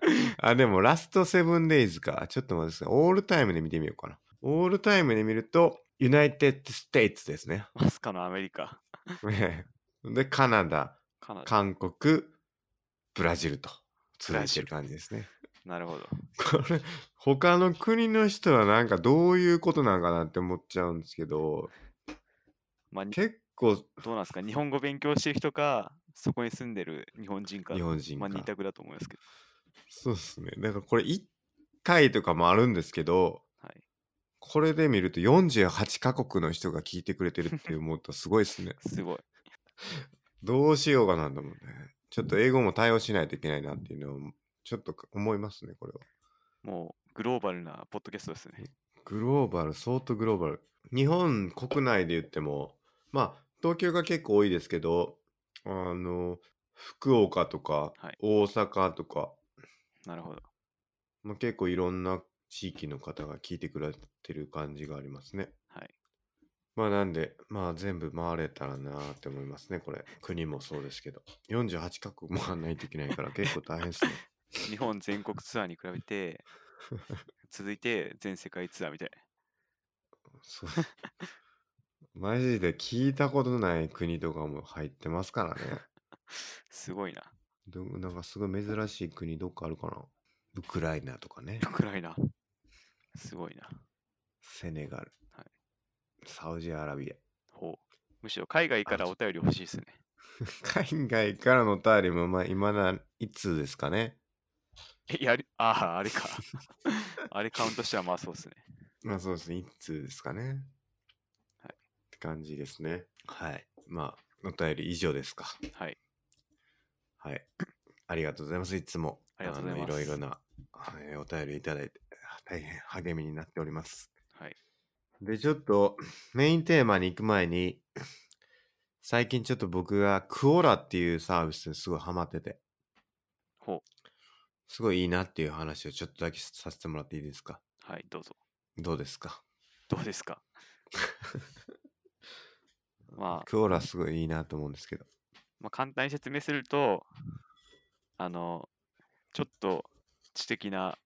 A: あ、でもラストセブンデイズか。ちょっと待ってください。オールタイムで見てみようかな。オールタイムで見ると、ユナイテッド・ステイツですね。
B: まさかのアメリカ。
A: ねで、カナダ、
B: カナダ。
A: 韓国、ブラジルと続いてる感じですね。
B: なるほど。
A: これ、他の国の人はなんかどういうことなんかなって思っちゃうんですけど、
B: まあ、に
A: 結構
B: どうなんですか日本語勉強してる人か、そこに住んでる日本人か、
A: 日本人
B: まあ、二
A: か。
B: 択だと思いますけど。
A: そうですね。だからこれ1回とかもあるんですけど、
B: はい。
A: これで見ると48カ国の人が聞いてくれてるって思うとすごいですね。
B: すごい。
A: どうしようかなと思うね。ちょっと英語も対応しないといけないなっていうのをちょっと思いますね、これは。
B: もうグローバルなポッドキャストですね。
A: グローバル、相当グローバル。日本国内で言っても、まあ、東京が結構多いですけど、あの、福岡とか
B: はい、
A: 大阪とか、
B: なるほど。
A: まあ、結構いろんな地域の方が聞いてくれてる感じがありますね。
B: はい。
A: まあなんで、まあ全部回れたらなーって思いますね、これ。国もそうですけど。48カ国回らないといけないから結構大変です ね。
B: 日本全国ツアーに比べて、続いて全世界ツアーみたい。
A: そう です。マジで聞いたことない国とかも入ってますからね。
B: すごい な。
A: どなんかすごい珍しい国どっかあるかなウクライナとかね
B: ウ。クライナ。すごいな。
A: セネガル。
B: はい
A: サウジアラビア。
B: ほう。むしろ海外からお便り欲しいですね。
A: 海外からのお便りも、まあ、今ないつですかね。
B: え、やる、ああ、あ れか。あれカウントしたらまあそうですね。
A: まあそうですね、いつですかね。
B: は
A: っ
B: い
A: て感じですね。はい。まあ、お便り以上ですか。
B: はい。
A: はい。ありがとうございます。いつも。
B: ありがとうございます
A: あのいろいろな、えーお便りいただいて、大変励みになっております。
B: はい。
A: で、ちょっと、メインテーマに行く前に、最近ちょっと僕がクオラっていうサービスにすごいハマってて、
B: ほ
A: すごいいいなっていう話をちょっとだけさせてもらっていいですか
B: う。はい、どうぞ。
A: どうですか
B: どうで すかまあ、
A: クオラすごいいいなと思うんですけど。
B: まあ、簡単に説明すると、あの、ちょっと知的な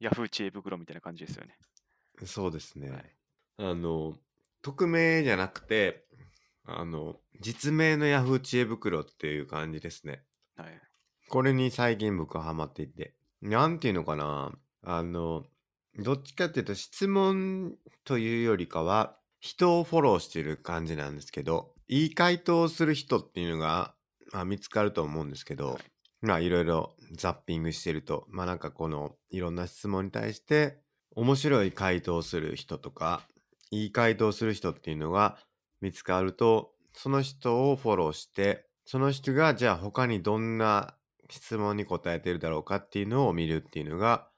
B: ヤフー知恵袋みたいな感じですよね。
A: そうですね。
B: はい
A: あの、匿名じゃなくて、あの、実名のヤフー知恵袋っていう感じですね。
B: はい。
A: これに最近僕はハマっていて。なんていうのかなあの、どっちかっていうと質問というよりかは、人をフォローしてる感じなんですけど、いい回答をする人っていうのが、まあ、見つかると思うんですけど、
B: はい
A: まあいろいろザッピングしてると、まあなんかこのいろんな質問に対して、面白い回答をする人とか、いい回答をする人っていうのが見つかると、その人をフォローして、その人がじゃあ他にどんな質問に答えてるだろうかっていうのを見るっていうのが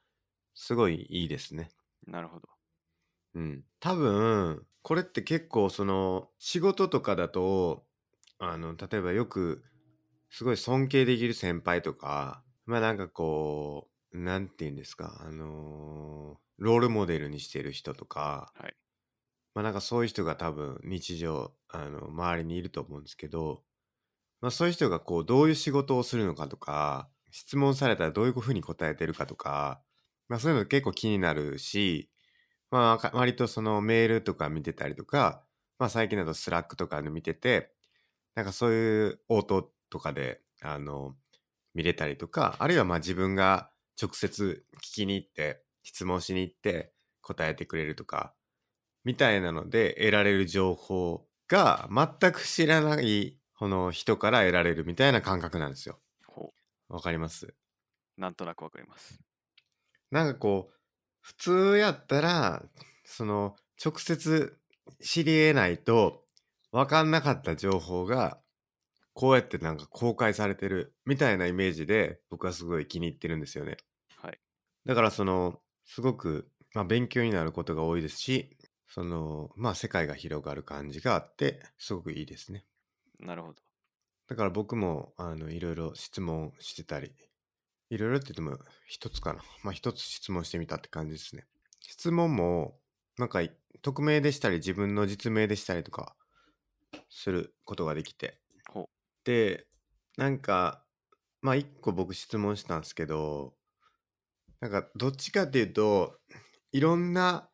A: すごいいいですね。
B: なるほど。
A: うん。多分これって結構その仕事とかだとあの例えばよくすごい尊敬できる先輩とかまあなんかこうなんて言うんですかあのーロールモデルにしてる人とか、
B: はい
A: まあなんかそういう人が多分日常あの周りにいると思うんですけど、まあ、そういう人がこうどういう仕事をするのかとか質問されたらどういうふうに答えてるかとか、まあ、そういうの結構気になるし、まあ、か割とそのメールとか見てたりとか、まあ、最近だとスラックとかで見ててなんかそういう応答とかであの見れたりとかあるいはまあ自分が直接聞きに行って質問しに行って答えてくれるとかみたいなので得られる情報が全く知らないこの人から得られるみたいな感覚なんですよ。
B: ほ
A: わかります
B: う。なんとなくわかります。
A: なんかこう普通やったらその直接知り得ないと分かんなかった情報がこうやってなんか公開されてるみたいなイメージで僕はすごい気に入ってるんですよね。
B: はい。
A: だからそのすごく、まあ、勉強になることが多いですしそのまあ世界が広がる感じがあってすごくいいですね。
B: なるほど。
A: だから僕もあのいろいろ質問してたり、いろいろって言っても一つかな。まあ一つ質問してみたって感じですね。質問もなんか、匿名でしたり、自分の実名でしたりとか、することができて。
B: ほ
A: で、なんか、まあ、一個僕質問したんですけど、なんか、どっちかっていうと、いろんな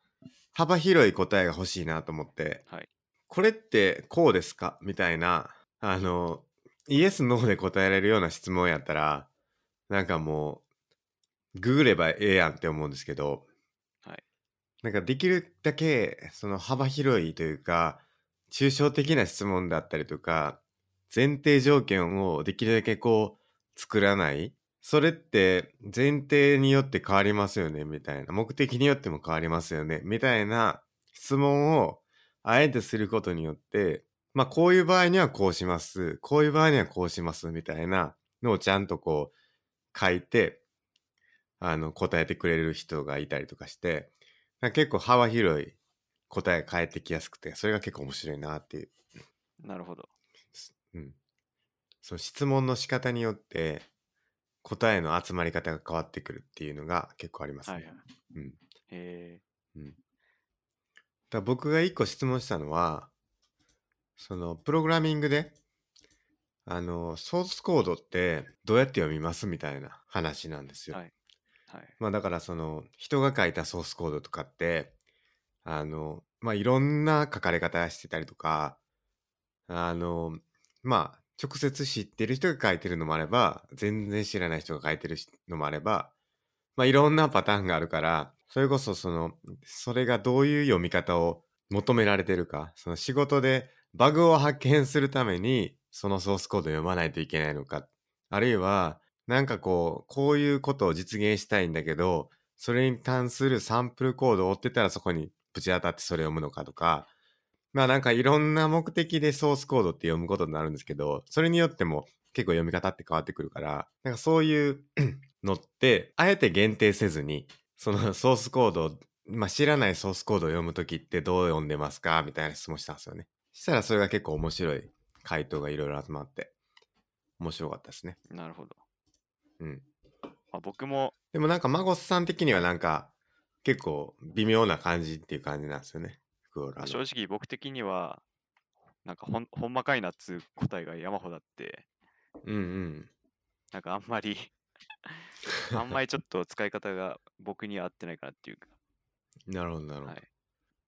A: 幅広い答えが欲しいなと思って、
B: はい。
A: これってこうですかみたいな、あの、イエス、ノーで答えられるような質問やったら、なんかもう、ググればええやんって思うんですけど、
B: はい。
A: なんかできるだけ、その幅広いというか、抽象的な質問だったりとか、前提条件をできるだけこう、作らない。それって前提によって変わりますよね、みたいな。目的によっても変わりますよね、みたいな質問をあえてすることによって、まあこういう場合にはこうします、こういう場合にはこうしますみたいなのをちゃんとこう書いて、あの答えてくれる人がいたりとかして、なんか結構幅広い答えが返ってきやすくて、それが結構面白いなっていう。
B: なるほど。
A: うん。その質問の仕方によって答えの集まり方が変わってくるっていうのが結構あります
B: は
A: ね。
B: いはい。
A: うん。
B: え
A: だから僕が一個質問したのはそのプログラミングであのソースコードってどうやって読みますみたいな話なんですよ。
B: はいー、はい。
A: まあだからその人が書いたソースコードとかってあのまあいろんな書かれ方してたりとかあのまあ直接知ってる人が書いてるのもあれば全然知らない人が書いてるのもあればまあいろんなパターンがあるからそれこそそのそれがどういう読み方を求められてるかその仕事でバグを発見するためにそのソースコードを読まないといけないのかあるいはなんかこう、こういうことを実現したいんだけど、それに関するサンプルコードを追ってたらそこにぶち当たってそれを読むのかとか、まあなんかいろんな目的でソースコードって読むことになるんですけど、それによっても結構読み方って変わってくるから、なんかそういうのって、あえて限定せずに、その ソースコードを、まあ知らないソースコードを読むときってどう読んでますかみたいな質問したんですよね。したらそれが結構面白い回答がいろいろ集まって、面白かったですね。
B: なるほど。
A: うん。
B: まあ、僕も、
A: でもなんか、マゴスさん的にはなんか、結構微妙な感じっていう感じなんですよね。クオラ
B: ま
A: の。
B: あ正直僕的には、なんかほん、ほんまかいなっつう答えが山ほどあって、
A: うんうん。
B: なんかあんま り、あんまりちょっと使い方が僕には合ってないかなっていうか、
A: なるほど、なるほど。
B: はい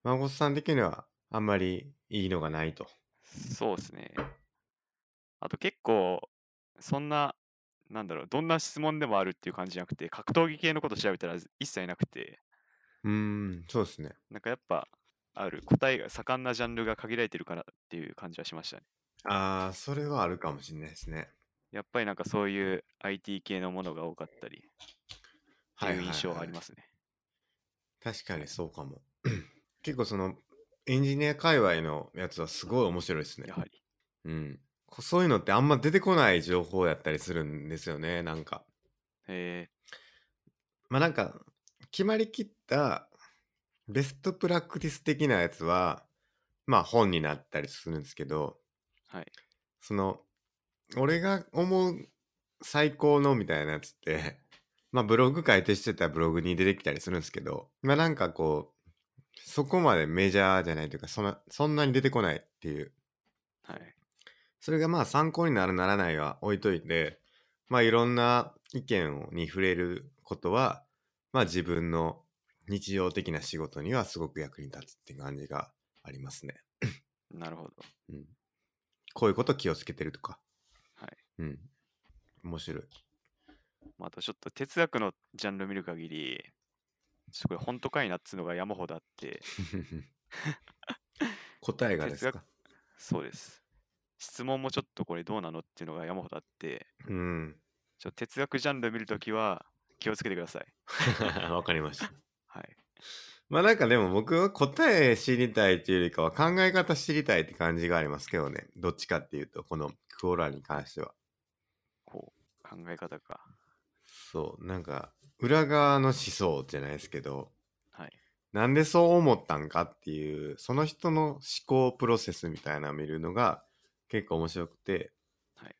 A: マゴスさん的には、あんまりいいのがないと。
B: そうですね。あと結構、そんな、なんだろう、どんな質問でもあるっていう感じじゃなくて、格闘技系のこと調べたら一切なくて、
A: うーん、そうですね。
B: なんかやっぱ、ある答えが盛んなジャンルが限られてるからっていう感じはしましたね。
A: ああ、それはあるかもしれないですね。
B: やっぱりなんかそういう IT 系のものが多かったりっていう印象はありますね。
A: 確かにそうかも。 結構その、エンジニア界隈のやつはすごい面白いですね
B: や。はり。
A: うん。こそういうのってあんま出てこない情報やったりするんですよね、なんか。
B: え
A: まあなんか決まりきったベストプラクティス的なやつはまあ本になったりするんですけど、
B: はい、
A: その俺が思う最高のみたいなやつってまあブログ書いてしてたらブログに出てきたりするんですけどまあなんかこうそこまでメジャーじゃないというかそんなそんなに出てこないっていう
B: ーはい。
A: それがまあ参考になるならないは置いといて、まあいろんな意見に触れることは、まあ自分の日常的な仕事にはすごく役に立つって感じがありますね。
B: なるほど。
A: うん。こういうこと気をつけてるとか。
B: はい。
A: うん。面白い。
B: まあ、あとちょっと哲学のジャンル見る限り、ちょっとこれ本当かいなっつうのが山ほどあって、
A: 答えがですか
B: そうです。質問もちょっとこれどうなのっていうのが山ほどあって、
A: うん。
B: ちょっと哲学ジャンル見るときは気をつけてください。
A: わかりました。
B: はい。
A: まあなんかでも僕は答え知りたいというよりかは考え方知りたいって感じがありますけどね。どっちかっていうと、このクオラに関しては。
B: こう、考え方か。
A: そう、なんか、裏側の思想じゃないですけど、
B: はい。
A: なんでそう思ったんかっていう、その人の思考プロセスみたいなのを見るのが結構面白くて、
B: はい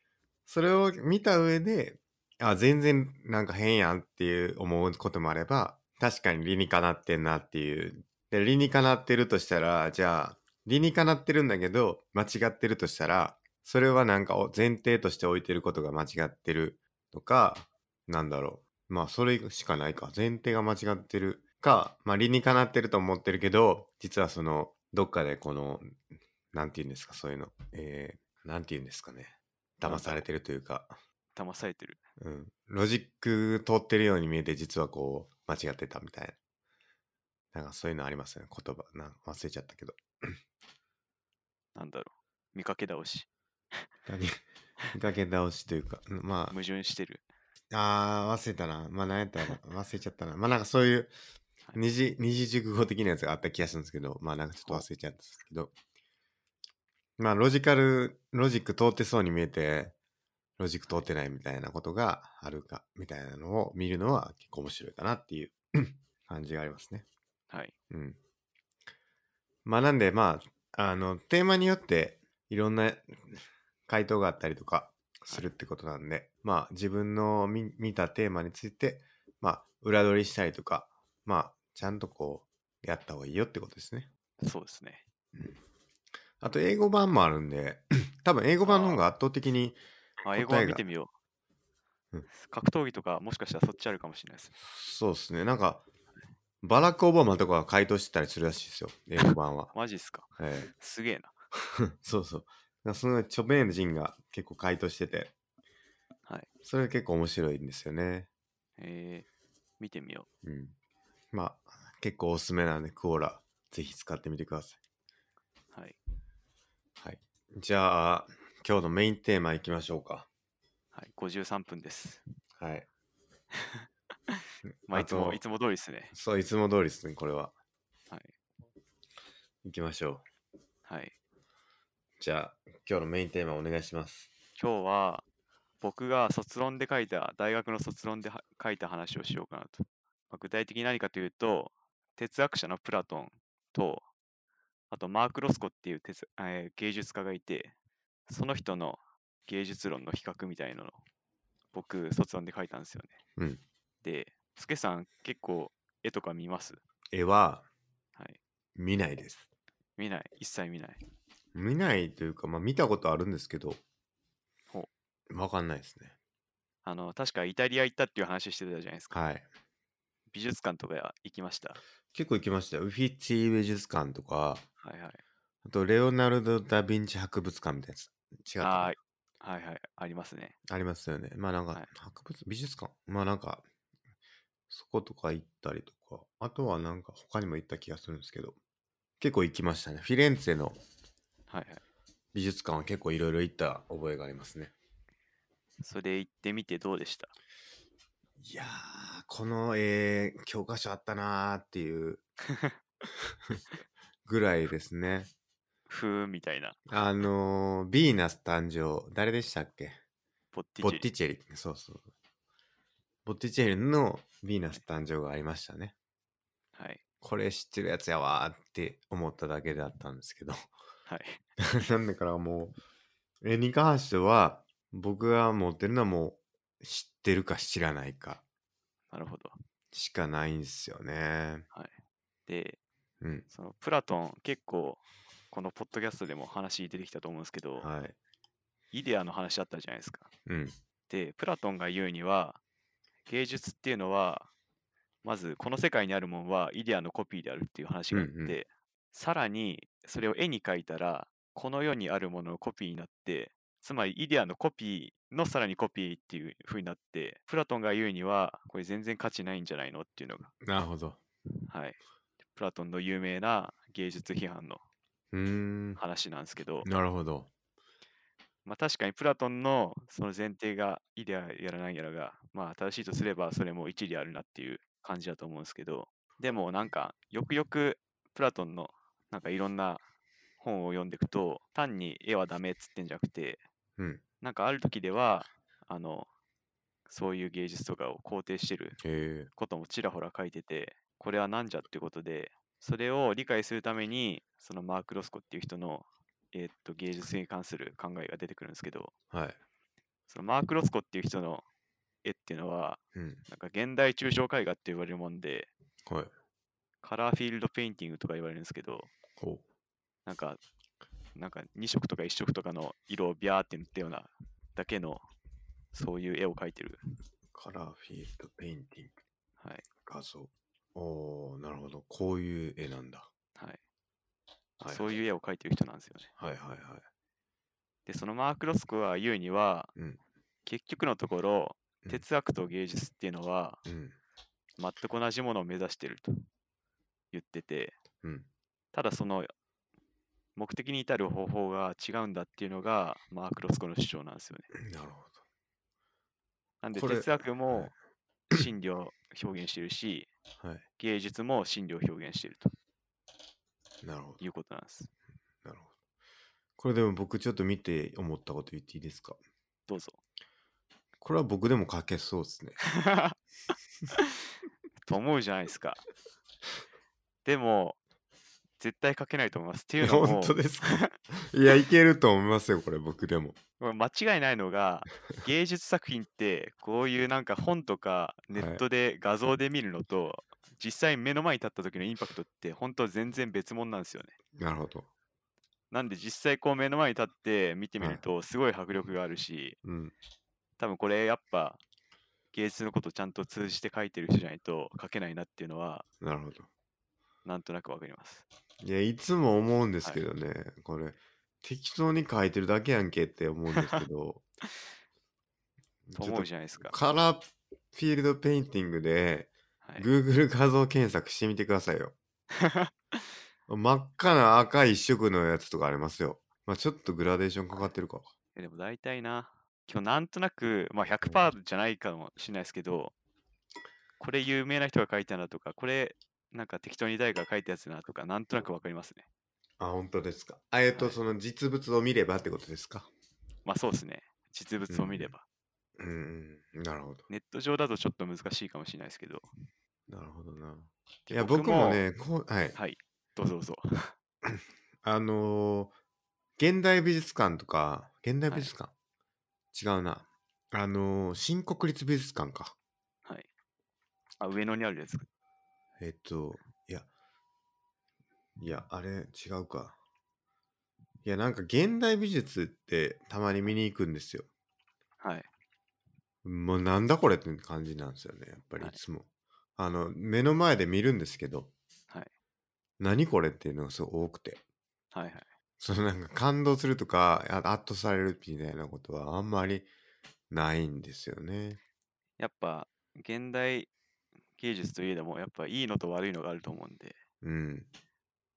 A: それを見た上で、あ、全然なんか変やんっていう思うこともあれば、確かに理にかなってんなっていうで、理にかなってるとしたら、じゃあ、理にかなってるんだけど、間違ってるとしたら、それはなんかお前提として置いてることが間違ってるとか、なんだろう。まあ、それしかないか。前提が間違ってるか、まあ、理にかなってると思ってるけど、実はその、どっかでこの、なんて言うんですか、そういうの。えー、なんて言うんですかね。騙されてるというか、
B: 騙されてる。
A: うん。ロジック通ってるように見えて、実はこう、間違ってたみたいな。なんかそういうのありますよね、言葉。なんか忘れちゃったけど。
B: なんだろう。見かけ倒し。
A: 見かけ見かけ倒しというか、うんま
B: 矛盾してる。
A: あ、あー忘れたな。まあ、なんやったら忘れちゃったな。まあ、なんかそういう
B: はい
A: 二次、二次熟語的なやつがあった気がするんですけど、まあ、なんかちょっと忘れちゃったんですけど、まあ、ロジカル、ロジック通ってそうに見えて、ロジック通ってないみたいなことがあるか、みたいなのを見るのは結構面白いかなっていう 感じがありますね。
B: はい。
A: うん。まあなんでまあ、あの、テーマによっていろんな回答があったりとかするってことなんで、まあ自分の見見たテーマについて、まあ裏取りしたりとか、まあちゃんとこうやった方がいいよってことですね。
B: そうですね。
A: あと英語版もあるんで、 多分英語版の方が圧倒的に、答
B: あ、
A: えが
B: 英語を見てみよう、
A: うん
B: 格闘技とかもしかしたらそっちあるかもしれないです。。
A: そうですね、なんか、バラック・オバマとかが回答してたりするらしいですよ、英語版は
B: マジっすか。
A: ええ
B: すげえな。
A: そうそう。だからそのチョベーン人が結構回答してて、
B: はい。
A: それ結構面白いんですよね。
B: えー、見てみよ
A: うん。まあ、結構おすすめなんで、クオーラ、ぜひ使ってみてください。
B: う。はい。
A: はい。じゃあ、今日のメインテーマいきましょうか。
B: はい、53分です。
A: はい。
B: まあ、
A: あ
B: いつ
A: と
B: も、いつも通りですね。
A: そう、いつも通りですね、これは。
B: はい。
A: いきましょう。
B: はい。
A: じゃあ、今日のメインテーマお願いします。
B: 今日は、僕が卒論で書いた、大学の卒論では書いた話をしようかなと。まあ、具体的に何かというと、哲学者のプラトンと、あとマーク・ロスコっていう哲、えー芸術家がいて、その人の芸術論の比較みたいなのを僕、卒論で書いたんですよね。
A: うん
B: で、スケさん、結構絵とか見ます
A: 絵は
B: はい。
A: 見ないです。
B: 見ない。一切見ない。
A: 見ないというか、まあ見たことあるんですけど
B: ほ、
A: わかんないですね。
B: あの、確かイタリア行ったっていう話してたじゃないですか。
A: はい。
B: 美術館とか行きました。
A: 結構行きましたよ。ウフィッチー美術館とか、
B: はいはい。
A: あと、レオナルド・ダ・ヴィンチ博物館みたいなやつ。違った
B: あ
A: あ
B: ーはいはい。ありますね。
A: ありますよね。まあなんか、
B: はい
A: 博物、美術館まあなんか、そことか行ったりとか、あとはなんか他にも行った気がするんですけど、結構行きましたね。フィレンツェの
B: はいはい。
A: 美術館は結構いろいろ行った覚えがありますね。
B: それ行ってみてどうでした
A: いやー、この絵、教科書あったなーっていう ぐらいですね。
B: ふーんみたいな。
A: あのー、ヴィーナス誕生、誰でしたっけ
B: ポッティ
A: ボ
B: チェ
A: ッテ
B: リ
A: ィチェリそうそう。ボッティチェリのヴィーナス誕生がありましたね。
B: はい
A: これ知ってるやつやわーって思っただけだったんですけど。
B: はい。
A: なんだからもう、絵に関しては、僕が持ってるのはもう、知ってるか知らないか
B: なるほど。
A: しかないんですよね。
B: で、
A: うん。
B: そのプラトン、結構、このポッドキャストでも話出てきたと思うんですけど、
A: はい。
B: イデアの話あったじゃないですか。
A: うん。
B: で、プラトンが言うには、芸術っていうのは、まずこの世界にあるものはイデアのコピーであるっていう話があって、
A: うんうん
B: さらにそれを絵に描いたら、この世にあるもののコピーになって、つまりイデアのコピーのさらにコピーっていう風になって、プラトンが言うには、これ全然価値ないんじゃないのっていうのが、
A: なるほど。
B: はい。プラトンの有名な芸術批判の
A: うーん。
B: 話なんですけど、
A: なるほど。
B: まあ確かにプラトンのその前提がイデアやらないやらが、まあ正しいとすればそれも一理あるなっていう感じだと思うんですけど、でもなんかよくよくプラトンのなんかいろんな本を読んでいくと、単に絵はダメっつってんじゃなくて、
A: うん。
B: なんかある時では、あの、そういう芸術とかを肯定してる
A: へえ。
B: こともちらほら書いてて、これはなんじゃってことで、それを理解するために、そのマーク・ロスコっていう人の、えーっと芸術に関する考えが出てくるんですけど、
A: はい。
B: そのマーク・ロスコっていう人の絵っていうのは、
A: うん。
B: なんか現代抽象絵画って言われるもんで、
A: はい。
B: カラーフィールドペインティングとか言われるんですけど、
A: ほ
B: なんか、なんか2色とか1色とかの色をビャーって塗ったようなだけの、そういう絵を描いてる。
A: う。カラーフィールドペインティング
B: はい。
A: 画像。おー、なるほど。こういう絵なんだ。
B: はい。
A: はい
B: そういう絵を描いてる人なんですよね。
A: はいはいはい。
B: で、そのマーク・ロスコが言うには、
A: うん
B: 結局のところ
A: う、ん
B: 哲学と芸術っていうのは、
A: うん。
B: 全く同じものを目指してると言ってて、
A: うん。
B: ただその目的に至る方法が違うんだっていうのがマーク・ロスコの主張なんですよね。
A: なるほ
B: なんで
A: これ
B: 哲学も
A: は
B: 真理を表現してるし、
A: ど。はい。
B: 芸術も真理を表現してると
A: なるほど。
B: いうことなんです。
A: なるほど。これでも僕ちょっと見て思ったこと言っていいですか
B: どうぞ。
A: これは僕でも書けそうですね。
B: と思うじゃないですか。でも、絶対書けないと思います。っていうの
A: 本
B: も、
A: 当ですかいや、いけると思いますよ、これ僕でも。
B: これ間違いない のが、芸術作品って、こういうなんか本とかネットで画像で見るのと、実際目の前に立った時のインパクトって、本当は全然別物なんですよね。
A: なるほど。
B: なんで実際こう目の前に立って見てみ
A: は
B: る
A: い
B: と、すごい迫力があるし、
A: うん。
B: 多分これやっぱ、芸術のことちゃんと通じて書いてる人じゃないと書けないなっていうのは、
A: なるほど。
B: なんとなくわかります。
A: いや、いつも思うんですけどね、これ、適当に書いてるだけやんけって思うんですけ ど、ち
B: と
A: ょ
B: 思
A: っ
B: うじゃないですか
A: と。カラーフィールドペインティングで、
B: はい、
A: Google 画像検索してみてくださ いよ。真っ赤な赤一色のやつとかありますよ。まあちょっとグラデーションかかってるか。
B: えでも大体な、今日なんとなく、まあ、100%じゃないかもしれないですけど、これ有名な人が書いたなとか、これなんか適当に誰かが書いたやつだなとか、なんとなくわかりますね。
A: あ、本当ですか。あえっ、と、
B: はい
A: その実物を見ればってことですか。
B: まあそうですね。実物を見れ
A: うん
B: ば。
A: うん、うんなるほど。
B: ネット上だとちょっと難しいかもしれないですけど。
A: なるほどな。い
B: で
A: や、僕も。ね、こう、はい。
B: はい。どうぞどうぞ。
A: あのー現代美術館とか、現代
B: はい
A: 美術館、違うな。あのー新国立美術館か。
B: はい。あ、上野にあるやつ。
A: えっと、いや、いや、あれ、違うか。いや、なんか現代美術ってたまに見に行くんですよ。
B: はい。
A: もうなんだこれって感じなんですよね、やっぱりい
B: はい
A: つも。あの、目の前で見るんですけど、
B: はい
A: 何これっていうのがすごい多くて。
B: はいはい。
A: そのなんか感動するとか、あ圧倒されるみたいなことはあんまりないんですよね。
B: やっぱ、現代芸術といえども、やっぱいいのと悪いのがあると思うんで。
A: うん。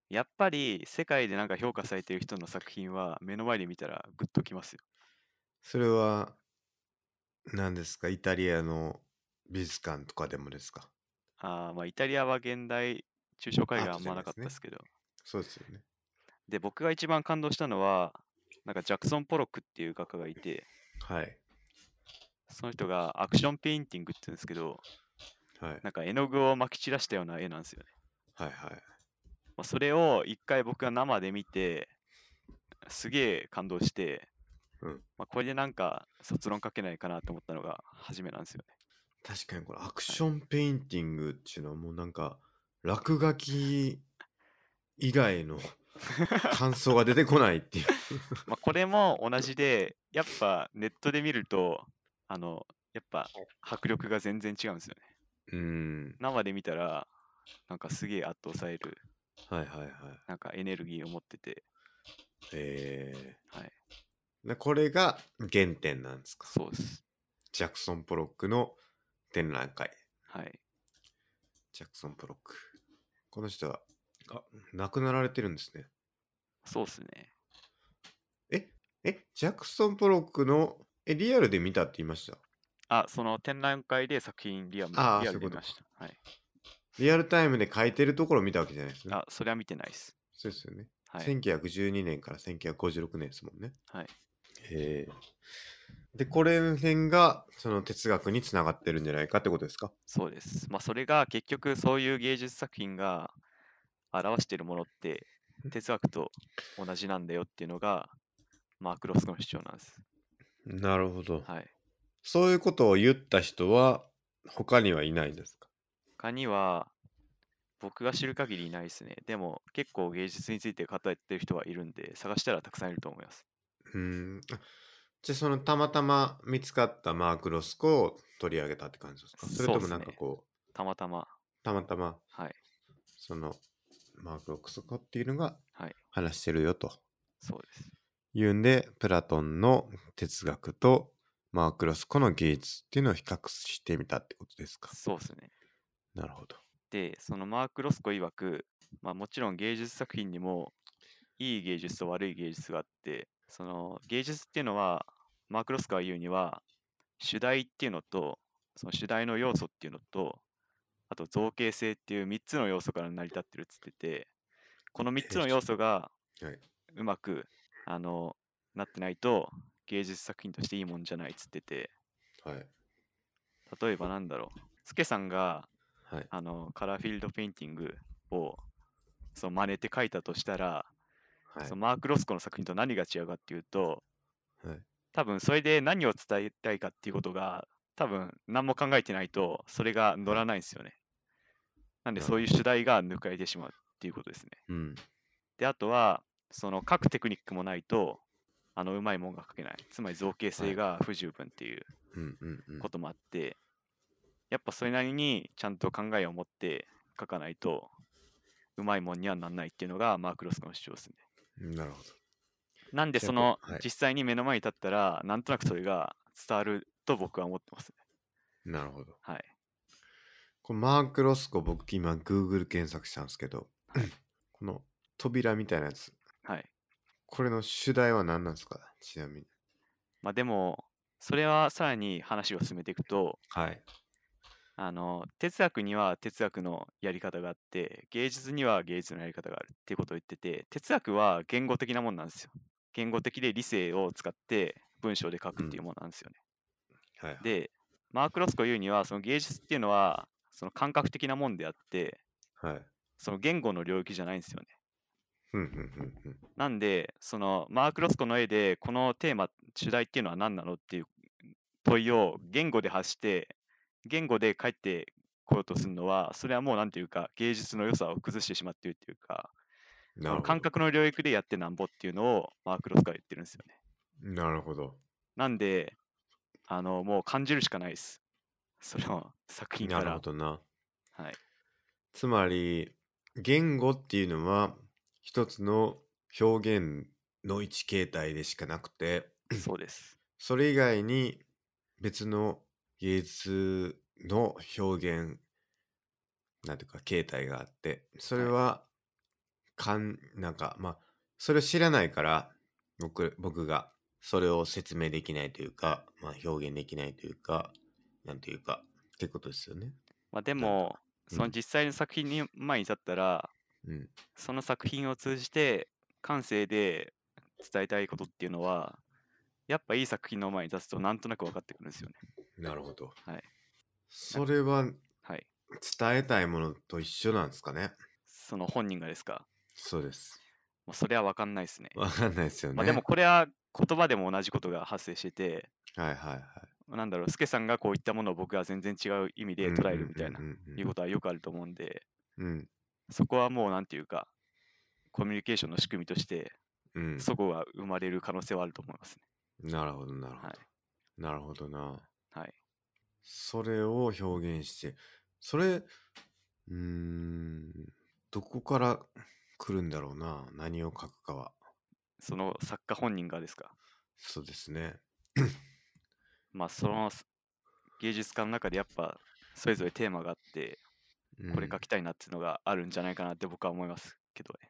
B: やっぱり世界でなんか評価されてる人の作品は目の前で見たらグッときますよ。
A: それは、何ですかイタリアの美術館とかでもですか
B: あーまあイタリアは現代抽象絵画
A: アー
B: あ
A: ト
B: ん
A: じゃな
B: ま
A: い
B: な
A: です
B: かった
A: ね
B: ですけど。で
A: そうですよね。
B: 僕が一番感動したのは、なんかジャクソン・ポロックっていう画家がいて、
A: はい。
B: その人がアクションペインティングって言うんですけど、
A: はい。はい
B: なんか絵の具をまき散らしたような絵なんですよね。
A: はい。
B: まあ、それを一回僕が生で見て、すげえ感動して、
A: うん
B: まあ、これでなんか卒論書けないかなと思ったのが初めなんですよね。
A: 確かにこれアクションペインティングっていうのはもうなんか落書き以外 の感想が出てこないっていう。
B: まあ、これも同じで、やっぱネットで見ると、あの、やっぱ迫力が全然違うんですよね。
A: うん。
B: 生で見たら、なんかすげえ圧倒される、
A: はいはいはい。
B: なんかエネルギーを持ってて、
A: え
B: はい、
A: ー、なこれが原点なんですか
B: そうです。
A: ジャクソン・ポロックの展覧会。
B: はい。
A: ジャクソン・ポロック。この人は、あ、亡くなられてるんですね。
B: そうですね。
A: え、え、ジャクソン・ポロックの、え、リアルで見たって言いました。
B: あ、その展覧会で作品リアルリ
A: あー
B: ア
A: そう
B: ル
A: いうこ
B: で見
A: と
B: ました。はい。
A: リアルタイムで書いてるところを見たわけじゃないですね。
B: あ、それは見てないです。
A: そうですよね。
B: はい。
A: 1912年から1956年ですもんね。
B: はい。
A: へえ。で、これ辺が、その哲学につながってるんじゃないかってことですか
B: そうです。まあ、それが結局そういう芸術作品が表しているものって哲学と同じなんだよっていうのがマーク・ロスコの主張なんです。
A: なるほど
B: はい。
A: そういうことを言った人は、他にはいないですか
B: 他には僕が知る限りいないですね。でも結構芸術について語ってる人はいるんで、探したらたくさんいると思います。
A: うーん。あじゃあそのたまたま見つかったマークロスコを取り上げたって感じですかそれとも
B: そうっす
A: な
B: ね
A: んかこう、
B: たまたま。
A: たまたま
B: はい。
A: そのマークロスコっていうのが
B: はい。
A: 話してるよと
B: そうです。
A: いうんで、プラトンの哲学とマークロスコの芸術っていうのを比較してみたってことですか
B: そうですね。
A: なるほど。
B: で、そのマーク・ロスコ曰く、まあ、もちろん芸術作品にもいい芸術と悪い芸術があって、その芸術っていうのは、マーク・ロスコが言うには、主題っていうのと、その主題の要素っていうのと、あと造形性っていう3つの要素から成り立ってるっつってて、この3つの要素が
A: はい。
B: うまくあのなってないと芸術作品としていいもんじゃないっつってて、
A: はい。
B: 例えばなんだろう、スケさんが
A: はい。
B: あのカラーフィールドペインティングをその真似て描いたとしたら、
A: はい
B: そのマーク・ロスコの作品と何が違うかっていうと
A: はい。
B: 多分それで何を伝えたいかっていうことが多分何も考えてないとそれが乗らないんですよね。なんで
A: なる
B: そういう主題が抜かれてしまうっていうことですね。
A: うん。
B: であとはその各テクニックもないとあのうまいもんが描けないつまり造形
A: は
B: 性
A: い
B: が不十分っていう
A: うんうんうん
B: こともあってやっぱそれなりにちゃんと考えを持って書かないとうまいもんにはなんないっていうのがマーク・ロスコの主張ですね。
A: なるほど。
B: なんで
A: じゃあ
B: その
A: こうはい
B: 実際に目の前に立ったらなんとなくそれが伝わると僕は思ってますね。
A: なるほど。
B: はい。
A: このマークロスコ、僕今 Google 検索したんですけど、 この扉みたいなやつ、
B: はい。
A: これの主題は何なんですかちなみに。
B: まあでもそれはさらに話を進めていくと
A: はい。
B: あの哲学には哲学のやり方があって芸術には芸術のやり方があるっていうことを言ってて哲学は言語的なもんなんですよ。言語的で理性を使って文章で書くっていうものなんですよね。
A: はいはい。
B: でマーク・ロスコ言うにはその芸術っていうのはその感覚的なもんであって
A: はい。
B: その言語の領域じゃないんですよね。
A: うんうんうんうん。
B: なんでそのマーク・ロスコの絵でこのテーマ主題っていうのは何なのっていう問いを言語で発して言語で返ってこようとするのはそれはもう何ていうか芸術の良さを崩してしまっているっていうか
A: なるほど。
B: 感覚の領域でやってなんぼっていうのをマーク・ロスコは言ってるんですよね。
A: なるほど。
B: なんであのもう感じるしかないです。その作品
A: な
B: か
A: る
B: ら
A: ほ。どな。
B: はい
A: つまり、言語っていうのは、一つの表現の一形態でしかなくて、
B: そうです。
A: それ以外に別の芸術の表現なんていうか形態があってそれはかんなんかまあそれを知らないから僕僕がそれを説明できないというか、まあ、表現できないというかなんていうかってことですよね。
B: まあ、で
A: なんか
B: も、そうの
A: ん
B: 実際の作品に前に立ったら、
A: うん、
B: その作品を通じて感性で伝えたいことっていうのは、やっぱいい作品の前に立つとなんとなく分かってくるんですよね。
A: なるほど。
B: はい
A: それは
B: はい。
A: 伝えたいものと一緒なんですかね。
B: その本人がですか。
A: そうです。
B: まあ、それは分かんないですね。
A: わかんないですよね。
B: まあ、でもこれは言葉でも同じことが発生してて、
A: はいはいはい。
B: なんだろう、スケさんがこういったものを僕は全然違う意味で捉えるみたいな、
A: うんうんうんうん
B: いうことはよくあると思うんで、
A: うん
B: そこはもうなんていうか、コミュニケーションの仕組みとして、
A: うん、
B: そこが生まれる可能性はあると思いますね。
A: なるほどなるほど、
B: はい。
A: なるほどな
B: はい。
A: それを表現してそれうーんどこから来るんだろうな何を書くかは
B: その作家本人がですか。
A: そうですね
B: まあ、そのす芸術家の中でやっぱそれぞれテーマがあって、これ書
A: き
B: きたいなっていうのがあるんじゃないかなって僕は思いますけどね。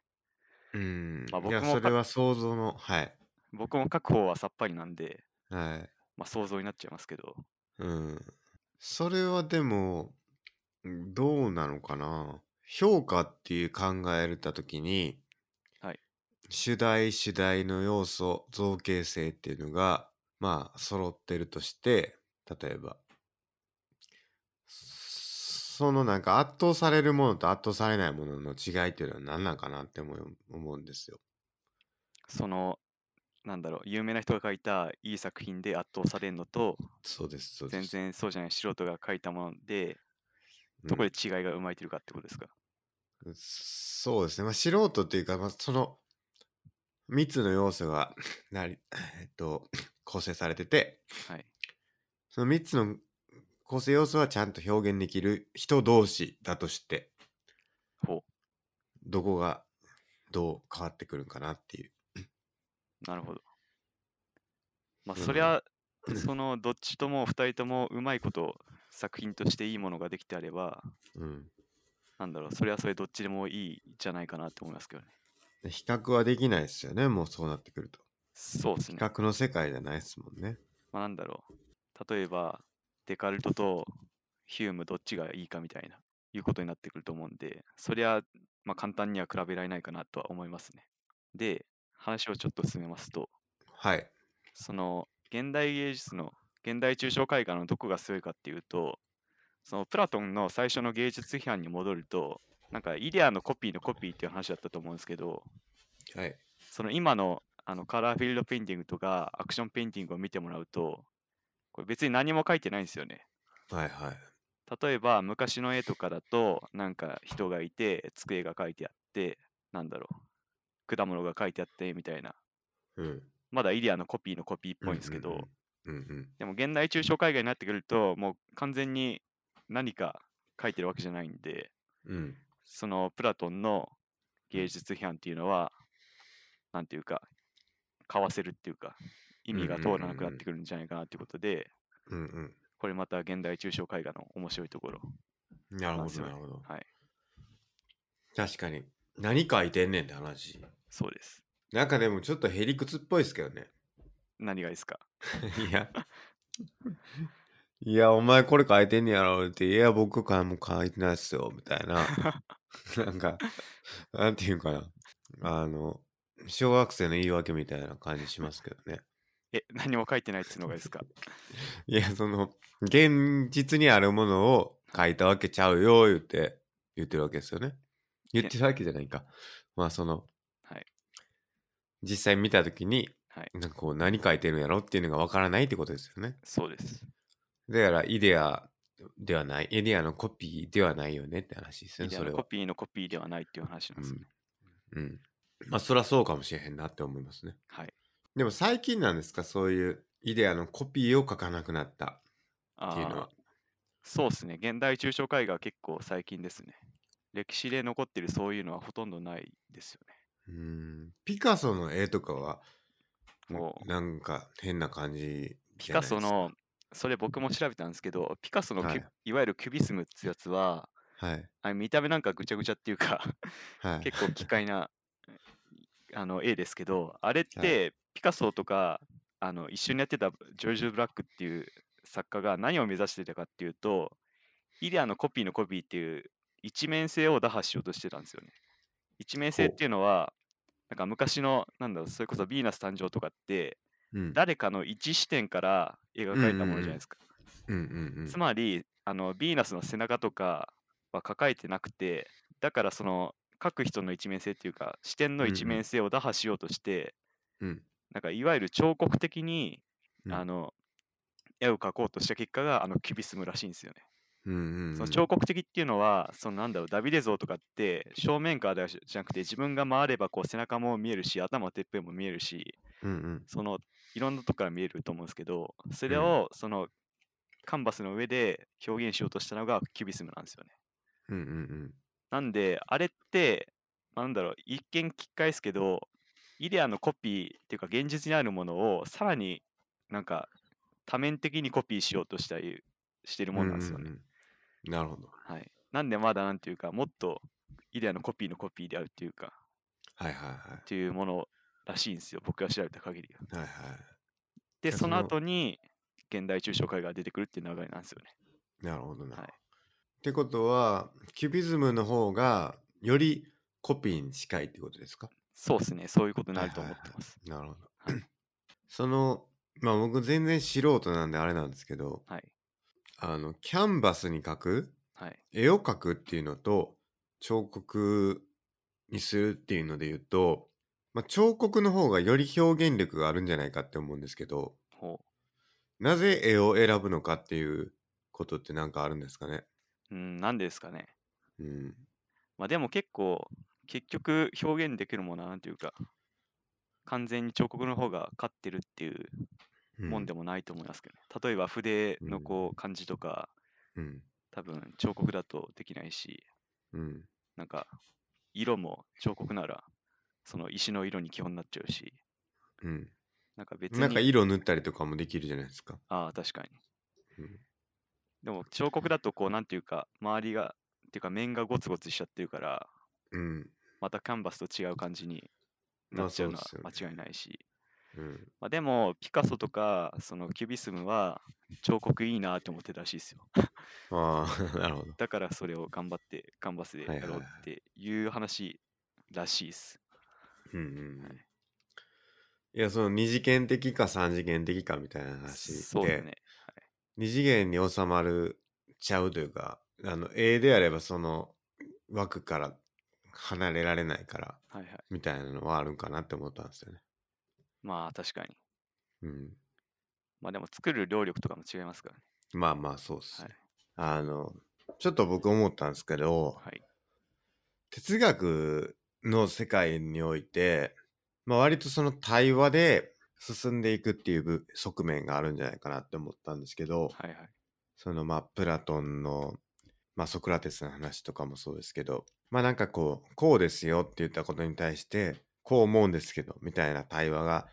A: うん、うん
B: まあ
A: いや
B: 僕も
A: それは想像のはい
B: 僕も書く方はさっぱりなんで、
A: はい
B: まあ、想像になっちゃいますけど、
A: うんそれはでもうんどうなのかな評価っていう考えた時に、
B: はい
A: 主題主題の要素造形性っていうのがまあ揃ってるとして例えばそのなんか圧倒されるものと圧倒されないものの違いっていうのは何なんかなって思う思うんですよ。
B: その、なんだろう、有名な人が書いたいい作品で圧倒されるのと、
A: そうですそうで
B: 全
A: す。
B: 然そうじゃない素人が書いたもので、
A: うん
B: どこで違いが生まれてるかってことですか。
A: うそうですね。まあ、素人っていうか、まあ、その、密の要素が、 なり、えっと、 構成されてて、
B: はい。
A: その3つの構成要素はちゃんと表現できる人同士だとして、
B: ほ
A: どこがどう変わってくるんかなっていう。
B: う。なるほど。まあ、
A: うん
B: そりゃ、その、どっちとも二人ともうまいこと作品としていいものができてあれば、
A: うん。
B: なんだろう、それはそれどっちでもいいじゃないかなって思いますけどね。
A: で比較はできないですよね、もうそうなってくると。
B: そうですね
A: 比。較の世界じゃないですもんね。
B: まあ、なんだろう。例えば、デカルトとヒュームどっちがいいかみたいな、いうことになってくると思うんで、そりゃ、まあ、簡単には比べられないかなとは思いますね。で、話をちょっと進めますと、
A: はい。
B: その、現代芸術の、現代抽象絵画のどこが強いかっていうと、そのプラトンの最初の芸術批判に戻ると、なんかイデアのコピーのコピーっていう話だったと思うんですけど、
A: はい。
B: その今のあのカラーフィールドペインティングとかアクションペインティングを見てもらうと、これ別に何も書いてないんですよね。
A: はいはい。
B: 例えば昔の絵とかだと、なんか人がいて、机が書いてあって、なんだろう、果物が書いてあってみたいな、
A: うん。
B: まだイデアのコピーのコピーっぽいんですけど、
A: うんうん。
B: でも現代抽象絵画になってくると、もう完全に何か書いてるわけじゃないんで、
A: うんうん。
B: そのプラトンの芸術批判っていうのは、なんていうか、かわせるっていうか、意味が通らなくなってくるんじゃないかなっていうことで、
A: うんうん
B: これまた現代抽象絵画の面白いところ。
A: うん。なる
B: な
A: ほ
B: んです
A: ど、
B: よ
A: な
B: ね
A: るほど。
B: はい、
A: 確かに。何書いてんねんって話。
B: そうです。
A: なんかでもちょっとへりくつっぽいですけどね。
B: 何がですか
A: い や。いや、お前これ書いてんねやろって、いや、僕かもう書いてないっすよ、みたい な。なんか、なんていうんかな。あの、小学生の言い訳みたいな感じしますけどね。
B: え、何も書いてないっていうのがですか
A: いや、その、現実にあるものを書いたわけちゃうよ、言って、言ってるわけですよね。言ってるわけじゃないか。まあ、その、
B: はい
A: 実際見たときに、
B: はい
A: なんかこう、何書いてるんやろっていうのがわからないってことですよね。
B: そうです。
A: だから、イデアではない、イデアのコピーではないよねって話ですよ
B: イ
A: ね、
B: デア
A: それ
B: のコ
A: は。
B: ピーのコピーではないっていう話なんですよね。
A: うん。まあ、そりゃそうかもしれへんなって思いますね。
B: はい。
A: でも最近なんですか、そういうイデアのコピーを書かなくなった
B: あ
A: っていうのは
B: ー。そうですね。現代抽象絵画は結構最近ですね。歴史で残ってるそういうのはほとんどないですよね。
A: うーん。ピカソの絵とかは、
B: もう
A: なんか変な感じ
B: ピ
A: じゃない
B: カ
A: ですか。
B: ソの、それ僕も調べたんですけど、ピカソのキュ、
A: はい
B: い、わゆるキュビスムってやつは、
A: はい。
B: あ見た目なんかぐちゃぐちゃっていうか、
A: はい。
B: 結構奇怪なあの絵ですけど、あれっ
A: はい
B: てピカソとかあの一緒にやってたジョージュ・ブラックっていう作家が何を目指してたかっていうと、イデアのコピーのコピーっていう一面性を打破しようとしてたんですよね。一面性っ
A: ほう
B: ていうのは、なんか昔の、なんだろう、それこそヴィーナス誕生とかって、
A: うん。
B: 誰かの一視点から描かれたものじゃないですか。
A: うんうんうん。
B: つまりあのヴィーナスの背中とかは抱えてなくてだからその書く人の一面性っていうか視点の
A: うんうん
B: 一面性を打破しようとして、
A: うん
B: なんかいわゆる彫刻的に、
A: うん
B: あの絵を描こうとした結果があのキュビスムらしいんですよね。
A: うんうんうん。
B: その彫刻的っていうのはそのなんだろうダビデ像とかって正面からじゃなくて自分が回ればこう背中も見えるし頭てっぺんも見えるし
A: うんうん。
B: そのいろんなとこから見えると思うんですけどそれ
A: うん
B: をそのカンバスの上で表現しようとしたのがキュビスムなんですよね。
A: うんうんうん。
B: なんであれってなんだろう一見きっかですけどイデアのコピーっていうか現実にあるものをさらになんか多面的にコピーしようとしたりしてるものなんですよね。
A: うんうんうん。なるほど。
B: はい、なんでまだなんていうかもっとイデアのコピーのコピーであるっていうか
A: はいはいは
B: っていうものらしいんですよ僕が調べた限りは。
A: い。はいはい。
B: で
A: いや
B: その
A: その
B: 後に現代抽象絵画が出てくるっていう流れなんですよね。
A: なるほどな。
B: はい
A: ってことは、キュビズムの方がよりコピーに近いってことですか
B: そうですね、そういうことになると
A: はい
B: 思っ
A: はい
B: てます。
A: なるほど
B: は。
A: その、まあ僕全然素人なんであれなんですけど、
B: はい、
A: あの、キャンバスに描く、
B: はい、
A: 絵を描くっていうのと、彫刻にするっていうので言うと、まあ、彫刻の方がより表現力があるんじゃないかって思うんですけど、
B: ほ
A: なぜ絵を選ぶのかっていうことってなんかあるんですかね
B: う。うん、なんでですかね。
A: うん。
B: まあでも結構、結局表現できるものはなんていうか、完全に彫刻の方が勝ってるっていう
A: うん
B: もんでもないと思いますけどね、例えば筆のこう感じとか、
A: うん。
B: 多分彫刻だとできないし、
A: うん。
B: なんか色も彫刻ならその石の色に基本になっちゃうし、
A: うん。
B: なんか別に。
A: なんか色塗ったりとかもできるじゃないですか。
B: ああ、確かに。
A: うん
B: でも彫刻だとこうなんていうか周りがっていうか面がゴツゴツしちゃってるから
A: うん。
B: またキャンバスと違う感じに
A: ま
B: な
A: あ
B: っ
A: そ
B: ちゃ
A: う
B: う
A: で
B: のは
A: すよね。
B: 間違いないし、
A: うん。
B: まあ、でもピカソとかそのキュビスムは彫刻いいなって思ってたらしいですよ
A: ああ、 なるほど。
B: だからそれを頑張ってキャンバスでやろうっていう話らしいです、
A: うんうん
B: はい
A: いや、その二次元的か三次元的かみたいな話で、
B: そうだね
A: 二次元に収まるちゃうというか、あの、絵であればその枠から離れられないから、
B: はいはい
A: みたいなのはあるんかなって思ったんですよね。
B: まあ確かに
A: うん。
B: まあでも作る労力とかも違いますからね
A: まあまあ、そうっす
B: は
A: ね
B: い。
A: あの、ちょっと僕思ったんですけど、
B: はい
A: 哲学の世界において、まあ、割とその対話で進んでいくっていう部側面があるんじゃないかなって思ったんですけど
B: はいはい
A: そのまあプラトンの、まあ、ソクラテスの話とかもそうですけどまあなんかこうこうですよって言ったことに対してこう思うんですけどみたいな対話が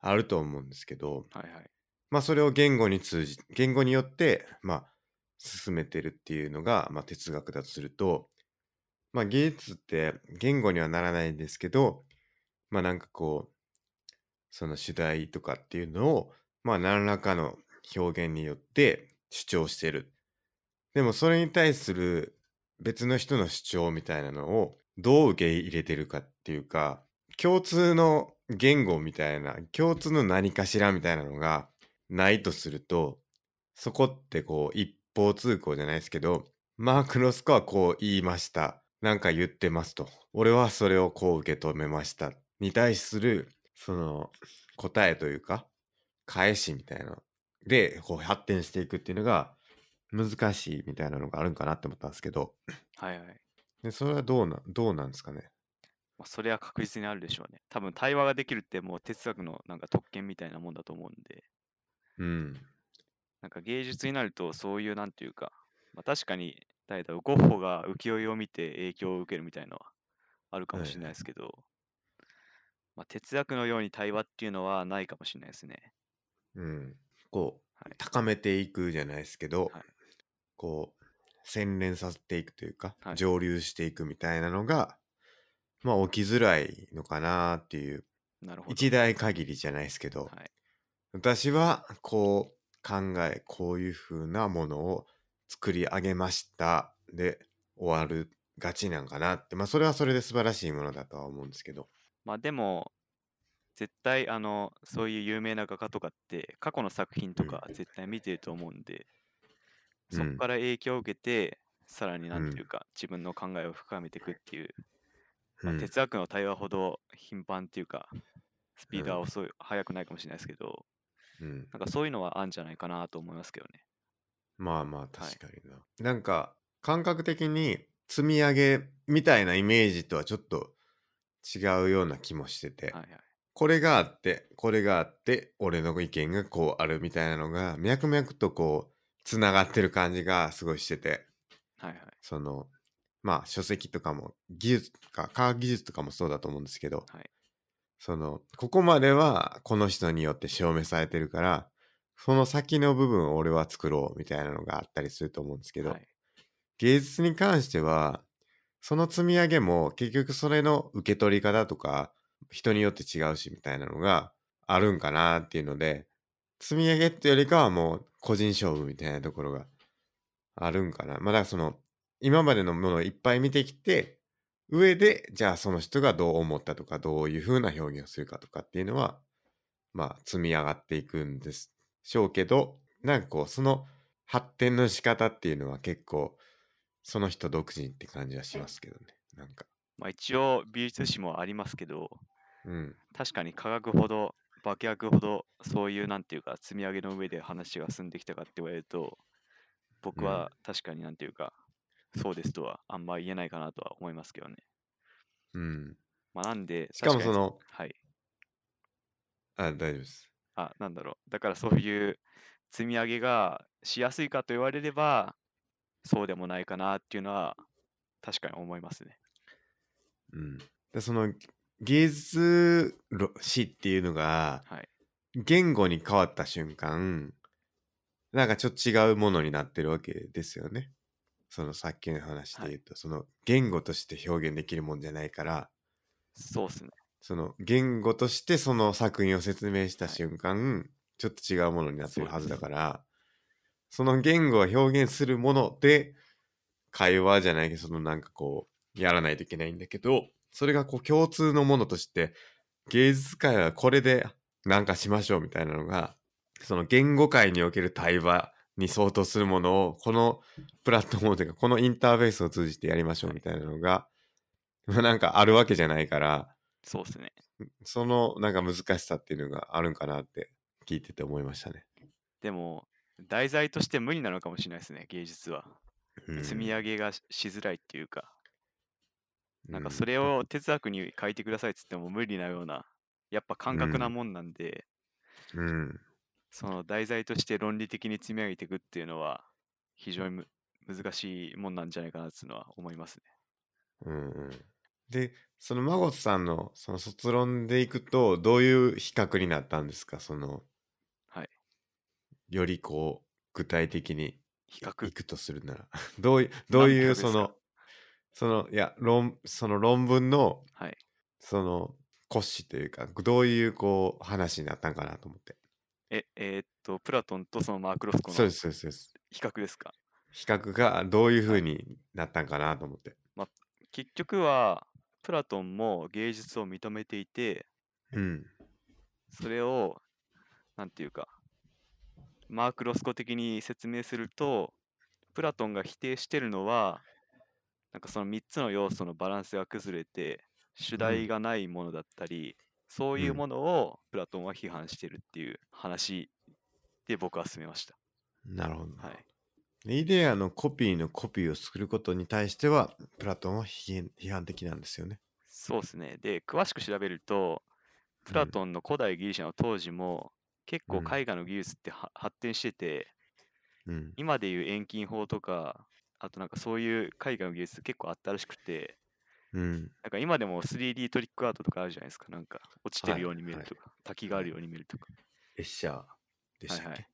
A: あると思うんですけど
B: はいはい
A: まあそれを言語に通じ言語によってまあ進めてるっていうのが、まあ、哲学だとするとまあ芸術って言語にはならないんですけどまあなんかこうその主題とかっていうのをまあ何らかの表現によって主張してるでもそれに対する別の人の主張みたいなのをどう受け入れてるかっていうか共通の言語みたいな共通の何かしらみたいなのがないとするとそこってこう一方通行じゃないですけどマーク・ロスコはこう言いましたなんか言ってますと俺はそれをこう受け止めましたに対するその答えというか返しみたいなでこう発展していくっていうのが難しいみたいなのがあるんかなって思ったんですけど
B: はいはい
A: でそれはどうなどうなんですかね
B: まあ、それは確実にあるでしょうね。多分対話ができるってもう哲学のなんか特権みたいなもんだと思うんで、
A: うん
B: なんか芸術になるとそういうなんていうか、まあ、確かに誰だろうゴッホが浮世絵を見て影響を受けるみたいなのはあるかもしれないですけど、まあ、哲学のように対話っていうのはないかもしれないですね。
A: うんこう、
B: はい
A: 高めていくじゃないですけど、
B: はい
A: こう洗練させていくというか、
B: はい
A: 蒸留していくみたいなのがまあ起きづらいのかなっていう
B: なるほど。
A: 一代限りじゃないですけど、
B: はい
A: 私はこう考えこういう風なものを作り上げましたで終わるがちなんかなってまあそれはそれで素晴らしいものだとは思うんですけど
B: まあでも、絶対あの、そういう有名な画家とかって、過去の作品と
A: うん
B: か絶対見てると思うんで、
A: うん
B: そこから影響を受けて、さらになんていううか、自分の考えを深めていくっていう、
A: う
B: まあ
A: ん
B: 哲学の対話ほど頻繁っていうか、スピードは
A: うん
B: 遅い、速くないかもしれないですけど、
A: うん
B: なんかそういうのはあるんじゃないかなと思いますけどね。
A: まあまあ
B: はい
A: 確かにな、なんか感覚的に積み上げみたいなイメージとはちょっと違うような気もしてて、
B: はいはい。
A: これがあってこれがあって俺の意見がこうあるみたいなのが脈々とこうつながってる感じがすごいしてて
B: はいはい。
A: そのまあ書籍とかも技術とか科学技術とかもそうだと思うんですけど、
B: はい
A: そのここまではこの人によって証明されてるからその先の部分を俺は作ろうみたいなのがあったりすると思うんですけど、
B: はい、
A: 芸術に関してはその積み上げも結局それの受け取り方とか人によって違うしみたいなのがあるんかなっていうので積み上げっていうよりかはもう個人勝負みたいなところがあるんかなまあだからその今までのものをいっぱい見てきて上でじゃあその人がどう思ったとかどういうふうな表現をするかとかっていうのはまあ積み上がっていくんでしょうけどなんかこうその発展の仕方っていうのは結構その人独自って感じはしますけどね。なんか。
B: まあ一応、美術史もありますけど、
A: うん。
B: 確かに科学ほど、化学ほど、そういうなんていうか、積み上げの上で話が進んできたかって言われると、僕
A: うん
B: は確かになんていうか、そうですとはあんま言えないかなとは思いますけどね。
A: うん。
B: まあ、なんで、
A: しかも
B: 確
A: そ
B: に
A: の、
B: はい。
A: あ、大丈夫です。
B: あ、なんだろう。だからそういう積み上げがしやすいかと言われれば、そうでもないかなっていうのは、確かに思いますね。
A: うん。で、その、芸術論史っていうのが、
B: はい。
A: 言語に変わった瞬間、なんかちょっと違うものになってるわけですよね。そのさっきの話で言うと、その言語として表現できるもんじゃないから、
B: そうですね。
A: その言語としてその作品を説明した
B: はい
A: 瞬間、ちょっと違うものになってるはずだ
B: そう
A: からその言語を表現するもので会話じゃないけどそのなんかこうやらないといけないんだけどそれがこう共通のものとして芸術界はこれでなんかしましょうみたいなのがその言語界における対話に相当するものをこのプラットフォームというかこのインターフェースを通じてやりましょうみたいなのが、まあなんかあるわけじゃないから。
B: そうですね。
A: そのなんか難しさっていうのがあるんかなって聞いてて思いました ね。
B: でも、題材として無理なのかもしれないですね、芸術は。積み
A: 上
B: 上げがししづらいっていうか、
A: げ
B: なんかそれを哲学に書いてくださいっつっても無理なような、やっぱ感覚な
A: うん
B: もんなんで、
A: うん、
B: その題材として論理的に積み上げていくっていうのは非常にむ難しいもんなんじゃないかなっていうのは思いますね。
A: うんうん、でその孫さんのその卒論でいくとどういう比較になったんですかその、
B: はい、
A: よりこう具体的に
B: 比
A: い
B: 較
A: いくとするなら どういうどうい
B: なん
A: う
B: て比較ですか
A: そのそのいや論その論文の、
B: はい
A: その骨子というかどういうこう話になったんかなと思って
B: ええーっとプラトンとそのマークロスコ
A: そう
B: の
A: ですそうですそうです
B: 比較ですか
A: 比較がどういう風になったんかなと思って。
B: 結局はプラトンも芸術を認めていて
A: うん。
B: それをなんていうかマークロスコ的に説明するとプラトンが否定してるのはなんかその3つの要素のバランスが崩れて主題がないものだったり、そういううんものをプラトンは批判してるっていう話で僕は進めました。
A: なるほど。
B: はい、
A: イデアのコピーのコピーを作ることに対しては、プラトンは批判批判的なんですよね。
B: そうですね。で詳しく調べるとプラトンの古代ギリシャの当時も結
A: う
B: 構
A: ん
B: 絵画の技術っては発展してて、
A: うん。
B: 今でいう遠近法とか、あとなんかそういう絵画の技術結構あったらしくて、
A: うん。
B: なんか今でも 3D トリックアートとかあるじゃないですか、なんか落ちて
A: はい
B: るように見える
A: はい
B: とか、滝があるように見えるとか、
A: エッシャーでしたっけ、
B: はいはい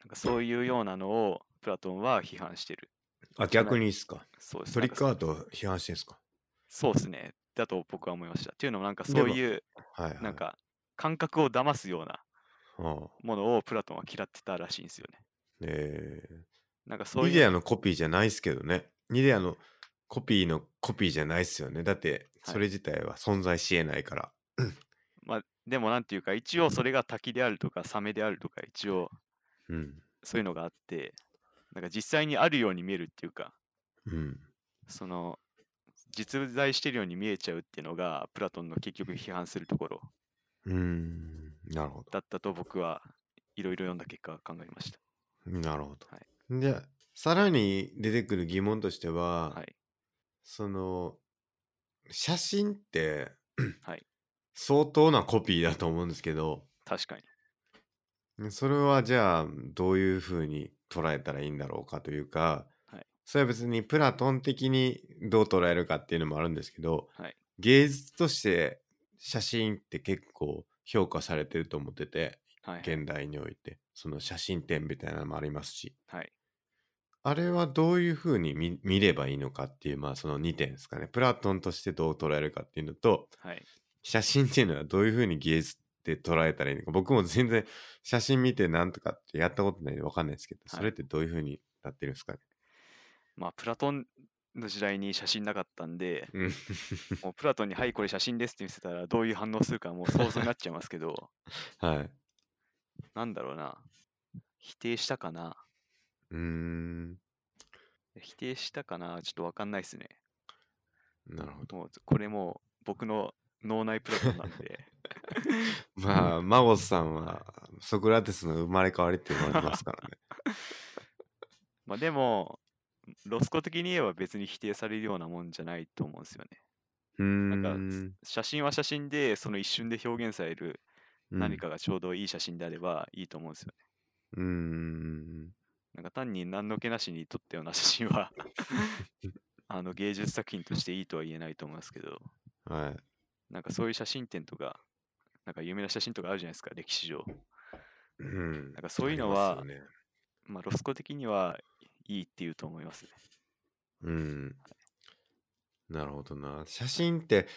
B: なんかそういうようなのをプラトンは批判してる。
A: あ、逆にいいっすか。
B: そうです
A: トリックアー
B: ト
A: トを批判してんすか。
B: そうですね、だと僕は思いました。っていうのもなんか
A: で
B: そ
A: も
B: ういう
A: はい、はい。
B: なん、か感覚を騙すような
A: うん
B: ものをプラトンは嫌ってたらしいんですよね。
A: え
B: なんかそ
A: ー、
B: う
A: イ
B: い
A: デ
B: う、
A: アのコピーじゃないっすけどね。イデアのコピーのコピーじゃないっすよね。だって、
B: はい
A: それ自体は存在し得ないから。
B: まあ、でもなんていうか一応それが滝であるとかサメであるとか一応
A: うん。
B: そういうのがあって、なんか実際にあるように見えるっていうか、
A: うん。
B: その実在してるように見えちゃうっていうのが、プラトンの結局批判するところ
A: うん。なるほど。
B: だったと僕はいろいろ読んだ結果考えました。
A: なるほど。
B: は
A: じゃあさらに出てくる疑問としては、
B: はい。
A: その写真って、
B: はい
A: 相当なコピーだと思うんですけど
B: 確かに。
A: それはじゃあどういうふうに捉えたらいいんだろうかというか、
B: はい
A: それは別にプラトン的にどう捉えるかっていうのもあるんですけど、
B: はい
A: 芸術として写真って結構評価されてると思ってて
B: はいはい。
A: 現代においてその写真展みたいなのもありますし
B: はい、
A: あれはどういうふうに見見ればいいのかっていう、まあその2点ですかね。プラトンとしてどう捉えるかっていうのと、
B: はい。
A: 写真っていうのはどういうふうに芸術って捉えたらいいのか。僕も全然写真見てなんとかってやったことないんでわかんないですけど、
B: はい
A: それってどういうふうになってるんですかね。
B: まあ、プラトンの時代に写真なかったん で、
A: うん。
B: もうプラトンに、はい、これ写真ですって見せたら、どういう反応するかもう想像になっちゃいますけど、
A: はい。
B: なんだろうな。否定したかな
A: うーん。
B: 否定したかなちょっとわかんないですね。
A: なるほど。
B: もうこれもう僕の脳内プラトンなんで。
A: まあ、マゴスさんはソクラテスの生まれ変わりって言われてますからね。
B: まあでも、ロスコ的に言えば別に否定されるようなもんじゃないと思うんですよね。
A: うーん
B: なんか写真は写真でその一瞬で表現される何かがちょうどいい写真であればいいと思うんですよね。
A: うんうーん
B: なんか単に何の気なしに撮ったような写真は あの芸術作品としていいとは言えないと思いますけど、
A: はい
B: なんかそういう写真展とか、なんか有名な写真とかあるじゃないですか、歴史上。
A: うん
B: なんかそういうのは
A: ありますよね
B: まあ、ロスコ的にはいいっていうと思いますね。
A: うんなるほどな写真って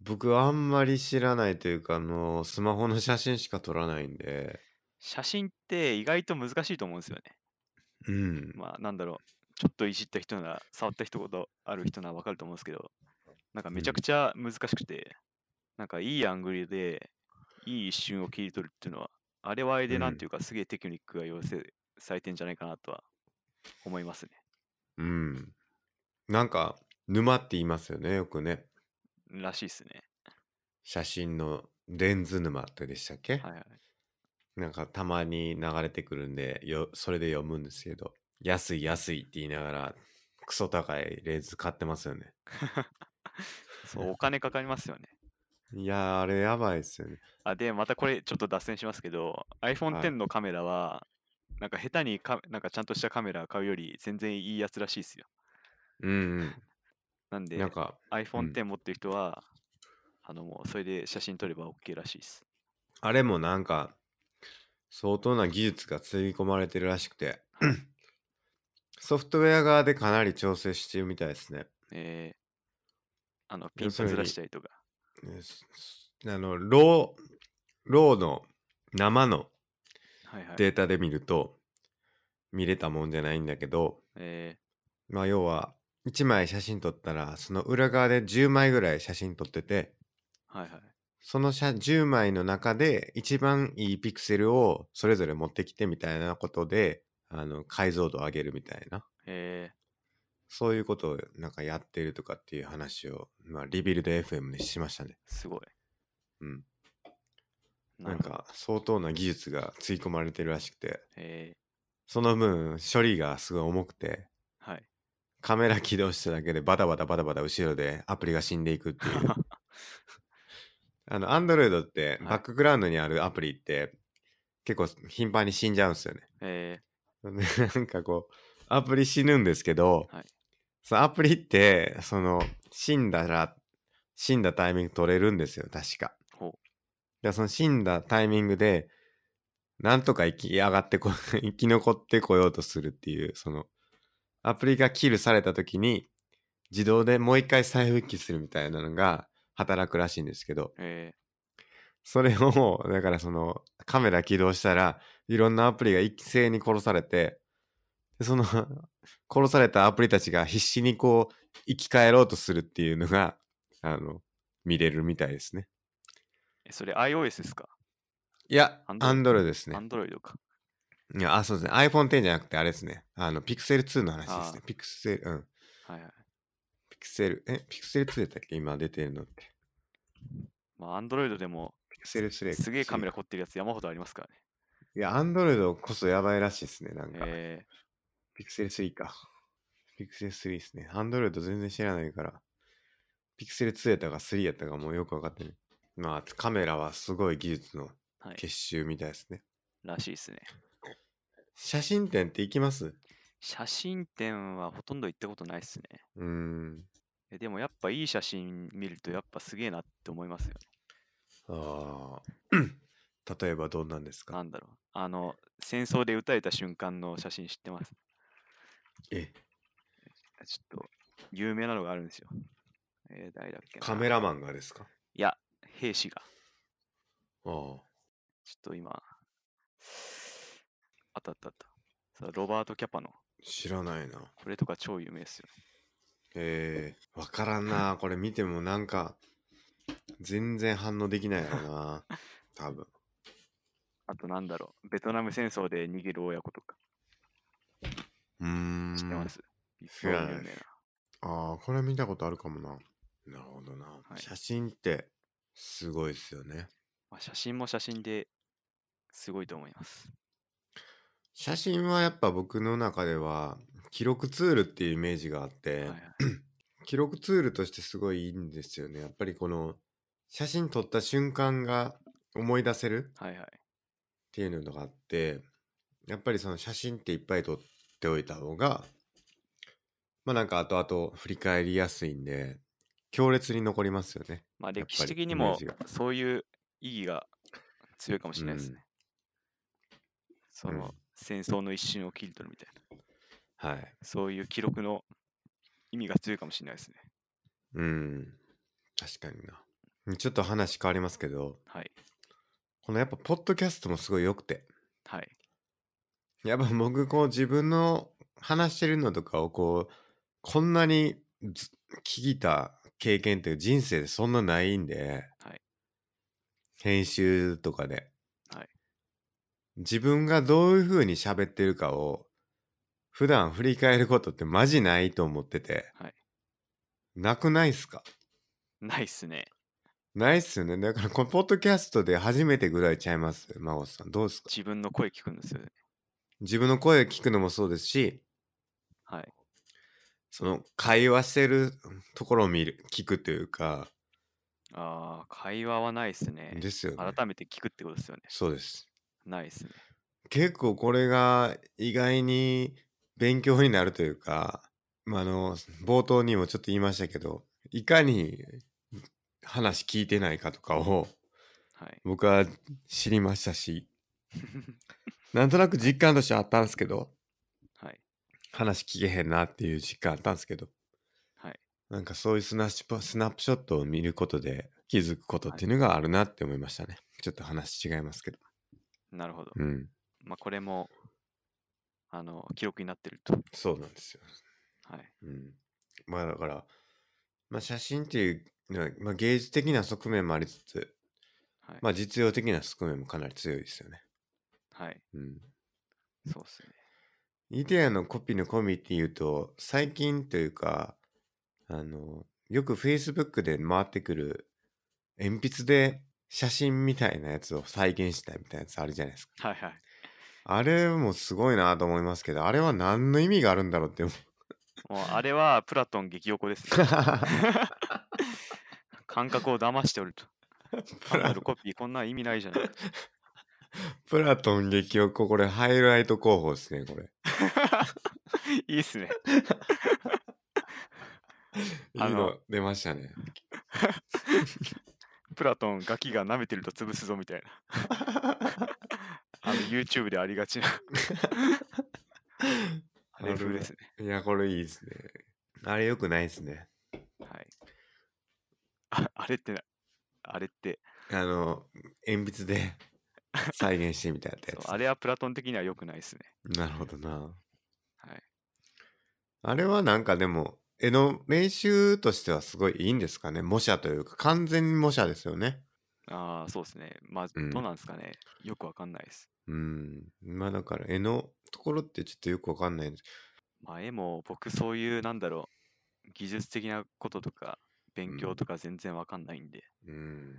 A: 僕あんまり知らないというかあのスマホの写真しか撮らないんで
B: 写真って意外と難しいと思うんですよね。
A: うん
B: まあなんだろう、ちょっといじった人なら、触った人ことある人ならわかると思うんですけど、なんかめちゃくちゃ難しくて、なんかいいアングルで、いい一瞬を切り取るっていうのは、あれはあれでなんていうか、すげえテクニックが要請されてんじゃないかなとは思いますね。
A: うんなんか沼って言いますよねよくね
B: らしいですね。
A: 写真のレンズ沼ってでしたっけ、
B: はいはい。
A: なんかたまに流れてくるんでよそれで読むんですけど安い安いって言いながらクソ高いレンズ買ってますよね
B: そう、お金かかりますよね。
A: いやーあれやばいですよね
B: あ、で、またこれちょっと脱線しますけど、iPhone
A: はい
B: X のカメラは、なんか下手にか、なんかちゃんとしたカメラ買うより全然いいやつらしいですよ。
A: うん、
B: なん
A: うん、
B: で、
A: なんか
B: iPhone
A: うん
B: X 持ってる人は、あのもうそれで写真撮れば OK らしいです。
A: あれもなんか相当な技術がつぎ込まれてるらしくて ソフトウェア側でかなり調整してるみたいですね
B: えー、あのピ
A: 要
B: ン
A: す
B: ト
A: る
B: ずら
A: に
B: したりとか。
A: ねすすあのローローの生の
B: はいはい。
A: データで見ると見れたもんじゃないんだけど、
B: え
A: まあ要は1枚写真撮ったらその裏側で10枚ぐらい写真撮ってて
B: ー、はいはい。
A: その写10枚の中で一番いいピクセルをそれぞれ持ってきてみたいなことであの解像度を上げるみたいな
B: え
A: そういうことをなんかやってるとかっていう話を、まあ、リビルド FM でしましたね。
B: ー、すごい。
A: うん、
B: な
A: なんん
B: か、
A: か相当な技術がつぎ込まれてるらしくて
B: え
A: その分処理がすごい重くて
B: ー、はい。
A: カメラ起動しただけでバタバタバタバタ後ろでアプリが死んでいくっていう あの Android って
B: はい
A: バックグラウンドにあるアプリって結構頻繁に死んじゃうんですよね
B: え
A: なんかこうアプリ死ぬんですけど、
B: はい
A: そのアプリってその死んだら死んだタイミング取れるんですよ確か
B: ー、ほ
A: でその死んだタイミングでなんとか生き上がってこ 生き残ってこようとするっていうそのアプリがキルされた時に自動でもう一回再復帰するみたいなのが働くらしいんですけど
B: う。え
A: それをだからそのカメラ起動したらいろんなアプリが一斉に殺されてでその 殺されたアプリたちが必死にこう生き返ろうとするっていうのがあの見れるみたいですね
B: ー、えそれ iOS ですか
A: いや
B: Android
A: Android ですね
B: ?Android か。
A: いや、あ、そうですね。iPhone X じゃなくて、あれですね。あの、Pixel 2の話ですね。Pixel、うん。
B: はいはい。
A: Pixel、え、Pixel 2だったっけ今出てるのって。
B: まあ、Android でも
A: Pixel 3。
B: すげえカメラ。凝ってるやつ山ほどありますからね。
A: いや、Android こそやばいらしいですね。なんか、
B: え
A: Pixel 3か。Pixel 3ですね。Android 全然知らないから。Pixel 2やったか3やったかもうよくわかってない。まあ、カメラはすごい技術の
B: ー、はい。
A: 結集みたいですね。
B: らしいですね。
A: 写真展って行きます
B: 写真展はほとんど行ったことないですね。
A: うーん。
B: えでもやっぱいい写真見るとやっぱすげえなって思いますよ。
A: ああ。 例えばどんなんです
B: な
A: か
B: んだろう。あの、戦争で撃たれた瞬間の写真知ってます。
A: え、
B: ちょっと、有名なのがあるんですよ。えー誰だっけな
A: カメラマンがですか
B: いや、兵士が。
A: ああ。
B: ちょっと今、あったあったあった。さロバート・キャパの。
A: 知らないな。
B: これとか超有名ですよ。
A: えー、わからんな。 これ見てもなんか、全然反応できないやろな。多分。
B: あとなんだろう。ベトナム戦争で逃げる親子とか
A: うーん。
B: 知ってます。
A: 知らない
B: 超有名な
A: ああ、これ見たことあるかもな。なるほどな。
B: い
A: 写真って、すごいですよね。
B: まあ、写真も写真ですごいと思います。
A: 写真はやっぱ僕の中では、記録ツールっていうイメージがあって、
B: はいはい
A: 記録ツールとしてすごいいいんですよね。やっぱりこの写真撮った瞬間が思い出せるっ
B: はいはい。
A: ていうのがあって、やっぱりその写真っていっぱい撮っておいた方が、まあなんか後々振り返りやすいんで、強烈に残りますよね。
B: まあ
A: やっぱり
B: 歴史的に
A: イメー
B: も
A: ジが
B: そういう意義が強いかもしれないですね。その、
A: うん
B: 戦争の一瞬を切り取るみたいな、
A: はい。
B: そういう記録の意味が強いかもしれないですね。
A: うん。確かにな。ちょっと話変わりますけど、
B: はい。
A: このやっぱポッドキャストもすごい良くて、
B: はい。
A: やっぱ僕こう自分の話してるのとかをこうこんなにず聞いた経験って人生でそんなないんで、
B: はい
A: 編集とかで、
B: はい
A: 自分がどういう風に喋ってるかを普段振り返ることってマジないと思ってて、
B: はい
A: なくないっすか
B: ないっすね。
A: ないっすよねだからこのポッドキャストで初めてぐらいちゃいます孫さんどうですか
B: 自分の声聞くんですよね。
A: 自分の声聞くのもそうですし
B: はい。
A: その会話してるところを見る聞くというか
B: ああ、会話はないっすね。
A: ですよね
B: 改めて聞くってことですよね。
A: そうです
B: ないっすね。
A: 結構これが意外に勉強になるというか、まあ、あの冒頭にもちょっと言いましたけどいかに話聞いてないかとかを
B: はい。
A: 僕は知りましたしなんとなく実感としてはあったんですけど
B: はい。
A: 話聞けへんなっていう実感あったんですけど
B: はい。
A: なんかそういうスナッシュスナップショットを見ることで気づくことっていうのがあるなって思いましたね。ちょっと話違いますけど。
B: なるほど。
A: うん。
B: まあ、これも、あの、記録になってると。
A: そうなんですよ。
B: はい。
A: うん。まあだから、まあ写真っていうのは、まあ、芸術的な側面もありつつ、
B: はい。
A: まあ実用的な側面もかなり強いですよね。
B: はい。
A: うん。
B: そうっすね。
A: イデアのコピーのコミュニティ言うと、最近というか、あの、よく Facebook で回ってくる鉛筆で写真みたいなやつを再現したいみたいなやつあるじゃないですか。
B: はいはい。
A: あれもすごいなと思いますけど、あれは何の意味があるんだろうっ て思う。
B: もうあれはプラトン激横ですね。感覚を騙してお ると。
A: プ
B: 単な
A: ラ
B: るコピー、こんなん意味ないじゃ ないか。
A: プラトン激おこ、これハイライト候補ですね、これ。
B: いいっすね。
A: いい
B: あの
A: の出ましたね。
B: プラトンガキが舐めてると潰すぞみたいな。あの YouTube でありがちな。 あれ風ですね。
A: いや、これいいですね。あれよくないですね。
B: はい。ああれってな、あれって、
A: あの、鉛筆で再現してみたいなや
B: そう
A: つ。
B: あれはプラトン的には良くないですね。
A: なるほどな。
B: はい。
A: あれはなんかでも、絵の練習としてはすごいいいんですかね。模写というか、完全に模写ですよね。
B: ああ、そうですね。まあ、
A: うん
B: どうなんですかね。よくわかんないです。
A: うん。まあだから絵のところってちょっとよくわかんないんです
B: まあ、絵も僕、そういう、なんだろう、技術的なこととか、勉強とか全然わかんないんで、
A: うん。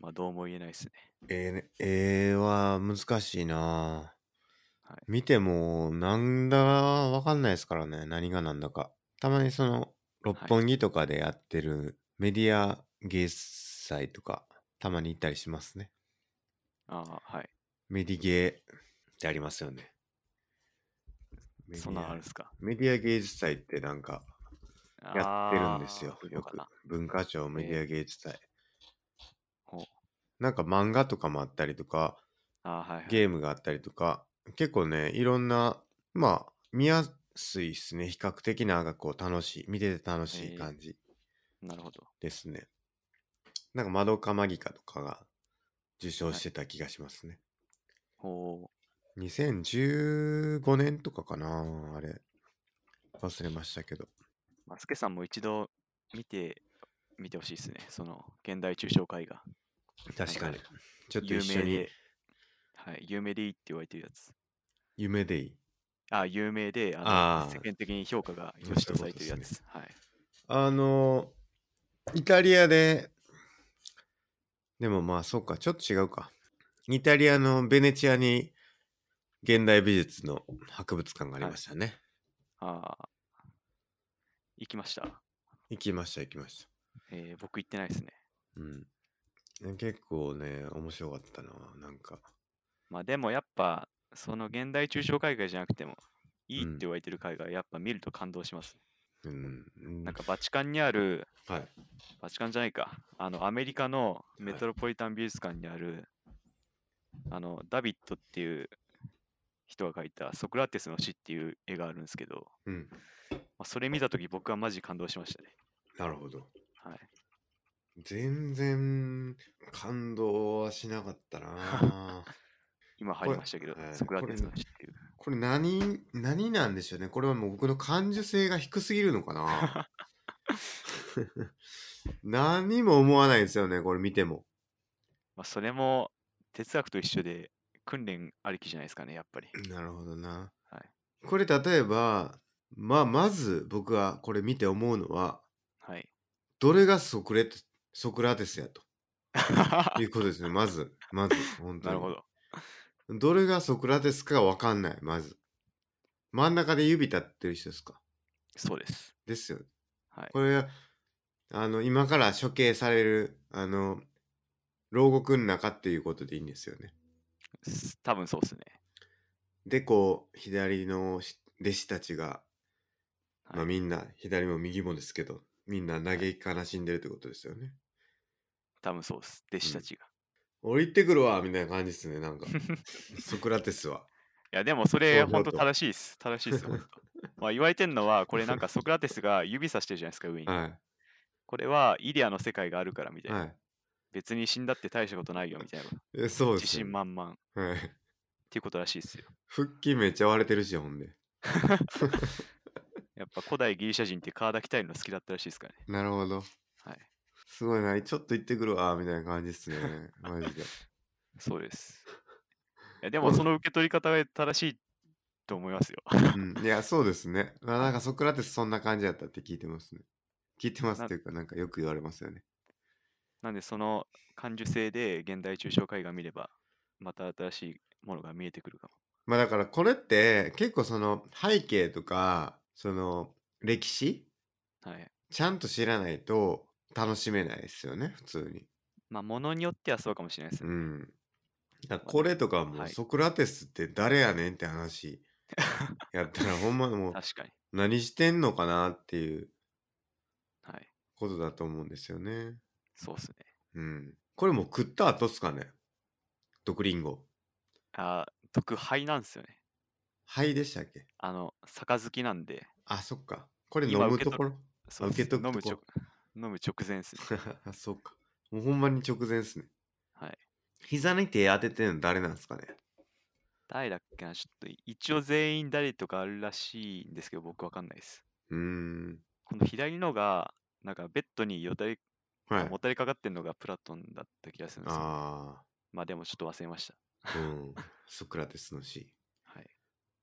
B: まあ、どうも言えないですね。
A: 絵ね、絵は難しいなぁ、
B: はい
A: 見てもなんだわかんないですからね。何がなんだか。たまにその六本木とかでやってるメディア芸術祭とか、たまに行ったりしますね。
B: ああ、はい。
A: メディ芸ってありますよね。メデ
B: そんなの
A: ィ
B: あ
A: ア
B: るんですか。
A: メディア芸術祭ってなんかやってるんですよ
B: あ。ー
A: よ
B: そう
A: く
B: かな。
A: 文化庁メディア芸術祭。
B: ほう
A: なんか漫画とかもあったりとか、
B: あーはい、はい。
A: ゲームがあったりとか、結構ね、いろんな、まあ、見やすいですね。比較的なんかこう楽しい、見てて楽し
B: え
A: い
B: ー
A: 感じ
B: なるほど。
A: ですね。なんか、窓かマギカとかが受賞してた気がしますね。
B: ほ
A: 2015年とかかな、あれ。忘れましたけど。
B: う。マスケさんも一度見て、見てほしいですね。その、現代抽象絵画。
A: 確かに
B: なん。
A: ちょっと
B: 有
A: 一緒
B: 名
A: に
B: で、はい、有名でいいって言われてるやつ。
A: 夢でいい。
B: あー、有名で、あの
A: あー
B: 世間的に評価が
A: そういう
B: 良しと
A: こと
B: されてるや
A: で
B: つ。
A: す
B: はい。
A: あの、イタリアで、でもまあそうか、ちょっと違うか。イタリアのベネチアに現代美術の博物館がありましたね。
B: ああ。行きました。
A: 行きました、行きました。
B: えー、僕行ってないですね。
A: うん。ね結構ね、面白かったな、なんか。
B: まあでもやっぱ、その現代中小海外じゃなくても、いいっ
A: うん
B: て言われてる海外、やっぱ見ると感動しますね。
A: うん。うん
B: なんかバチカンにある、
A: はい。
B: バチカンじゃないか、あのアメリカのメトロポリタン美術館にある、あのダビットっていう人が描いたソクラテスの死っていう絵があるんですけど、
A: うん。
B: まあ、それ見たとき僕はマジ感動しましたね。
A: なるほど。
B: はい、
A: 全然感動はしなかった な。
B: 今入りましたけど
A: これ、はい
B: ソクラテスの死っていう。
A: これ何、何なんでしょうね。これはもう僕の感受性が低すぎるのか な。何も思わないですよね、これ見ても。
B: まあ、それも哲学と一緒で訓練ありきじゃないですかね、やっぱり。
A: なるほどな。
B: は
A: これ例えば、まあ、まず僕がこれ見て思うのは、
B: はい。
A: どれがソクレトソクラテスやということですね。まず、まず、本当
B: な
A: に。
B: るほど。
A: ど。どれがソクラテスかわかんない、まず。真ん中で指立ってる人ですか。
B: そうです。
A: ですよね。
B: はい。
A: これ、あの、今から処刑される、あの、牢獄の中っていうことでいいんですよね。
B: す多分そうですね。
A: で、こう、左のし弟子たちが、ま
B: は
A: あ
B: い
A: みんな、左も右もですけど、みんな嘆き悲しんでるってことですよね。
B: 多分そうです。弟子
A: うん
B: たちが。
A: 俺行ってくるわみたいな感じですね、なん か。ソクラテスは。
B: いや、でもそれ、
A: そう思
B: 本
A: う
B: 当
A: と
B: 正しいです。正しいですよ。ほ んとまあ言われてるのは、これなんかソクラテスが指さしてるじゃないですか、上に。
A: は
B: これはイデアの世界があるからみ
A: い。
B: たいな。
A: はい。
B: 別に死んだって大したことないよみたいな。
A: えそう
B: 自
A: ですよ
B: 信
A: ね、
B: 満々っ
A: はい。
B: ていうことらしいですよ。
A: 腹筋めっちゃ割れてるし、ほんで。
B: やっぱ古代ギリシャ人って体鍛えるの好きだったらしいですからね。
A: なるほど。
B: はい。
A: すごいな。ちょっと行ってくるわみたいな感じですね。マジで。
B: そうです。いやでもその受け取り方が正しいと思いますよ。
A: うん、いや、そうですね。まあ、なんかソクラテスそんな感じだったって聞いてますね。聞いてます
B: な
A: っていうか、なんかよく言われますよね。
B: なんでその感受性で現代抽象絵画見れば、また新しいものが見えてくるかも。
A: まあだからこれって結構その背景とか、その歴史
B: はい。
A: ちゃんと知らないと楽しめないですよね、普通に。
B: まあ、ものによってはそうかもしれないです
A: う
B: ね。
A: ん。だからこれとかも
B: は
A: う
B: い
A: ソクラテスって誰やねんって話やったらほんまもう
B: 確かに。
A: 何してんのかなっていう
B: はい。
A: ことだと思うんですよね。
B: そうっすね。
A: うん。これもう食った後っすかね毒リンゴ。
B: あー、毒杯なんですよね。
A: 灰でしたっけ
B: あの、杯なんで、
A: あ、そっか。これ飲
B: 今
A: む
B: 受け
A: とこ
B: 取
A: ろ。
B: そう
A: あ
B: っ
A: 受け
B: す
A: とく
B: 飲む
A: と
B: 直
A: こ
B: 飲む直前 ですね。
A: あそっか。もうほんまに直前ですね。
B: はい。
A: 膝に手当ててるの誰なんですかね
B: 誰だっけなちょっと一応全員誰とかあるらしいんですけど、僕わかんないです。
A: うーん。
B: この左のが、なんかベッドによたり、
A: はい。
B: もたれかかってんのがプラトンだった気がするんですよ。
A: あ
B: まあでもちょっと忘れました。
A: あ。うん。 ソクラテスの死。
B: はい。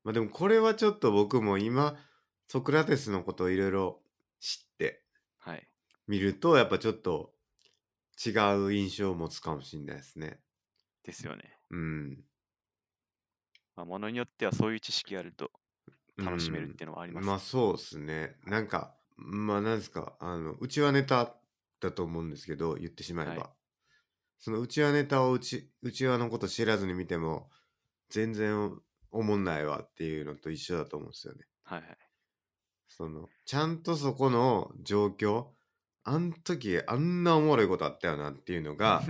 A: まあでもこれはちょっと僕も今、ソクラテスのことをいろいろ知って
B: はい。
A: みると、やっぱちょっと違う印象を持つかもしれないですね。
B: ですよね。
A: うん。
B: まあ、ものによってはそういう知識があると楽しめる
A: うん
B: っていうのはあります。
A: まあそうですね。なんか、まあなんですか、あの、うちはネタだと思うんですけど、言ってしまえば。
B: はい
A: そのうちはネタをうち、うちわのこと知らずに見ても、全然おもんないわっていうのと一緒だと思うんですよね。
B: はいはい。
A: その、ちゃんとそこの状況、あん時あんなおもろいことあったよなっていうの が、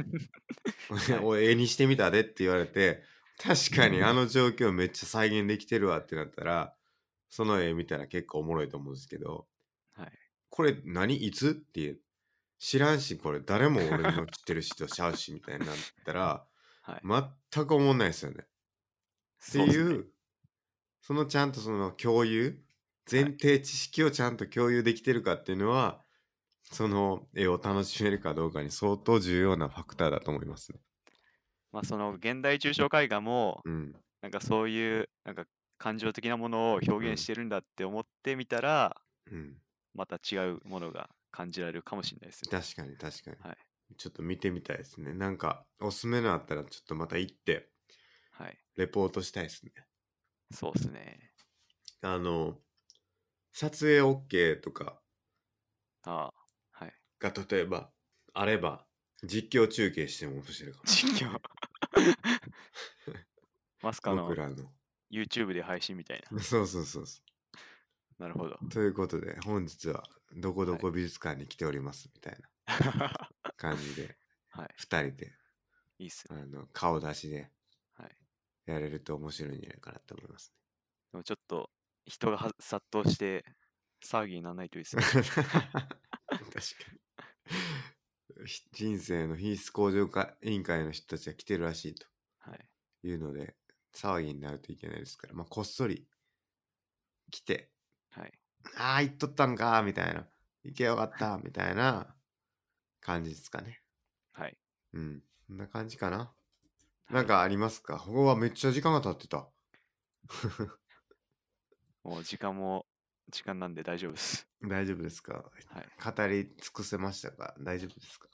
A: お絵にしてみたでって言われて、確かにあの状況めっちゃ再現できてるわってなったら、その絵見たら結構おもろいと思うんですけど、
B: はい
A: これ何いつっていう、知らんし、これ誰も俺の知ってる人ちゃうしみたいになったら、
B: はい。
A: 全くおもんないですよね。って
B: そうっ
A: い
B: す
A: う
B: ね
A: そのちゃんとその共有前提知識をちゃんと共有できてるかっていうのは、その絵を楽しめるかどうかに相当重要なファクターだと思いますね。
B: まあその現代抽象絵画も、
A: うん、
B: なんかそういう、なんか感情的なものを表
A: うん
B: 現してるんだって思ってみたら、
A: うん、
B: また違うものが感じられるかもしれないですね。
A: 確かに確かに、
B: はい
A: ちょっと見てみたいですね。なんかおすすめのあったらちょっとまた行って
B: はい。
A: レポートしたいですね。
B: そうですね。
A: あの撮影 OK とか
B: ああ、 はい。
A: が例えばあれば実況中継しても面白いかも
B: 実況。 マスカの
A: 僕らの
B: YouTube で配信みたい
A: そうそうそうそ
B: な。なるほ ど。
A: うということで本日はどこどこ美術館に来ておりますみたいな感じで、
B: はい
A: 二2人で
B: いいっすね。
A: あの顔出しで
B: はい
A: やれると面白いんじゃないかなと思います、
B: でもちょっと人がは殺到して騒ぎにならないといいです
A: ね
B: ね。
A: 確かにひ人生の品質向上か委員会の人たちが来てるらしいと
B: はい。
A: いうので騒ぎになるといけないですから、まあ、こっそり来て
B: はい。
A: ああ、行っとったんか、みたいな。行けよかった、みたいな感じですかね。
B: はい。
A: うん。こんな感じかな。なんかありますかここはめっちゃ時間が経ってた。
B: もう時間も時間なんで大丈夫です。
A: 大丈夫ですか
B: はい。
A: 語り尽くせましたか大丈夫ですか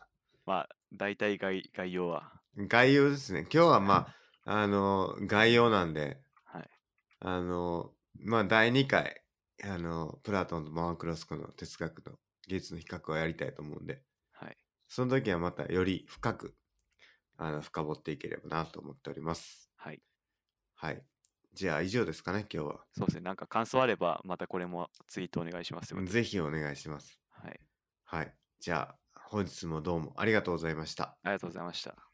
B: まあ、大体概概要は。
A: 概要ですね。今日はまあ、あの、概要なんで、
B: はい。
A: あの、まあ、第2回、あの、プラトンとマークロスコの哲学と技術の比較をやりたいと思うんで、
B: はい。
A: その時はまたより深く、あの、深掘っていければなと思っております。
B: はい。
A: はい。じゃあ以上ですかね、今日は。
B: そうですね。なんか感想あれば、またこれもツイートお願いしますよ。
A: ぜひお願いします。
B: はい。
A: はい。じゃあ、本日もどうもありがとうございました。
B: ありがとうございました。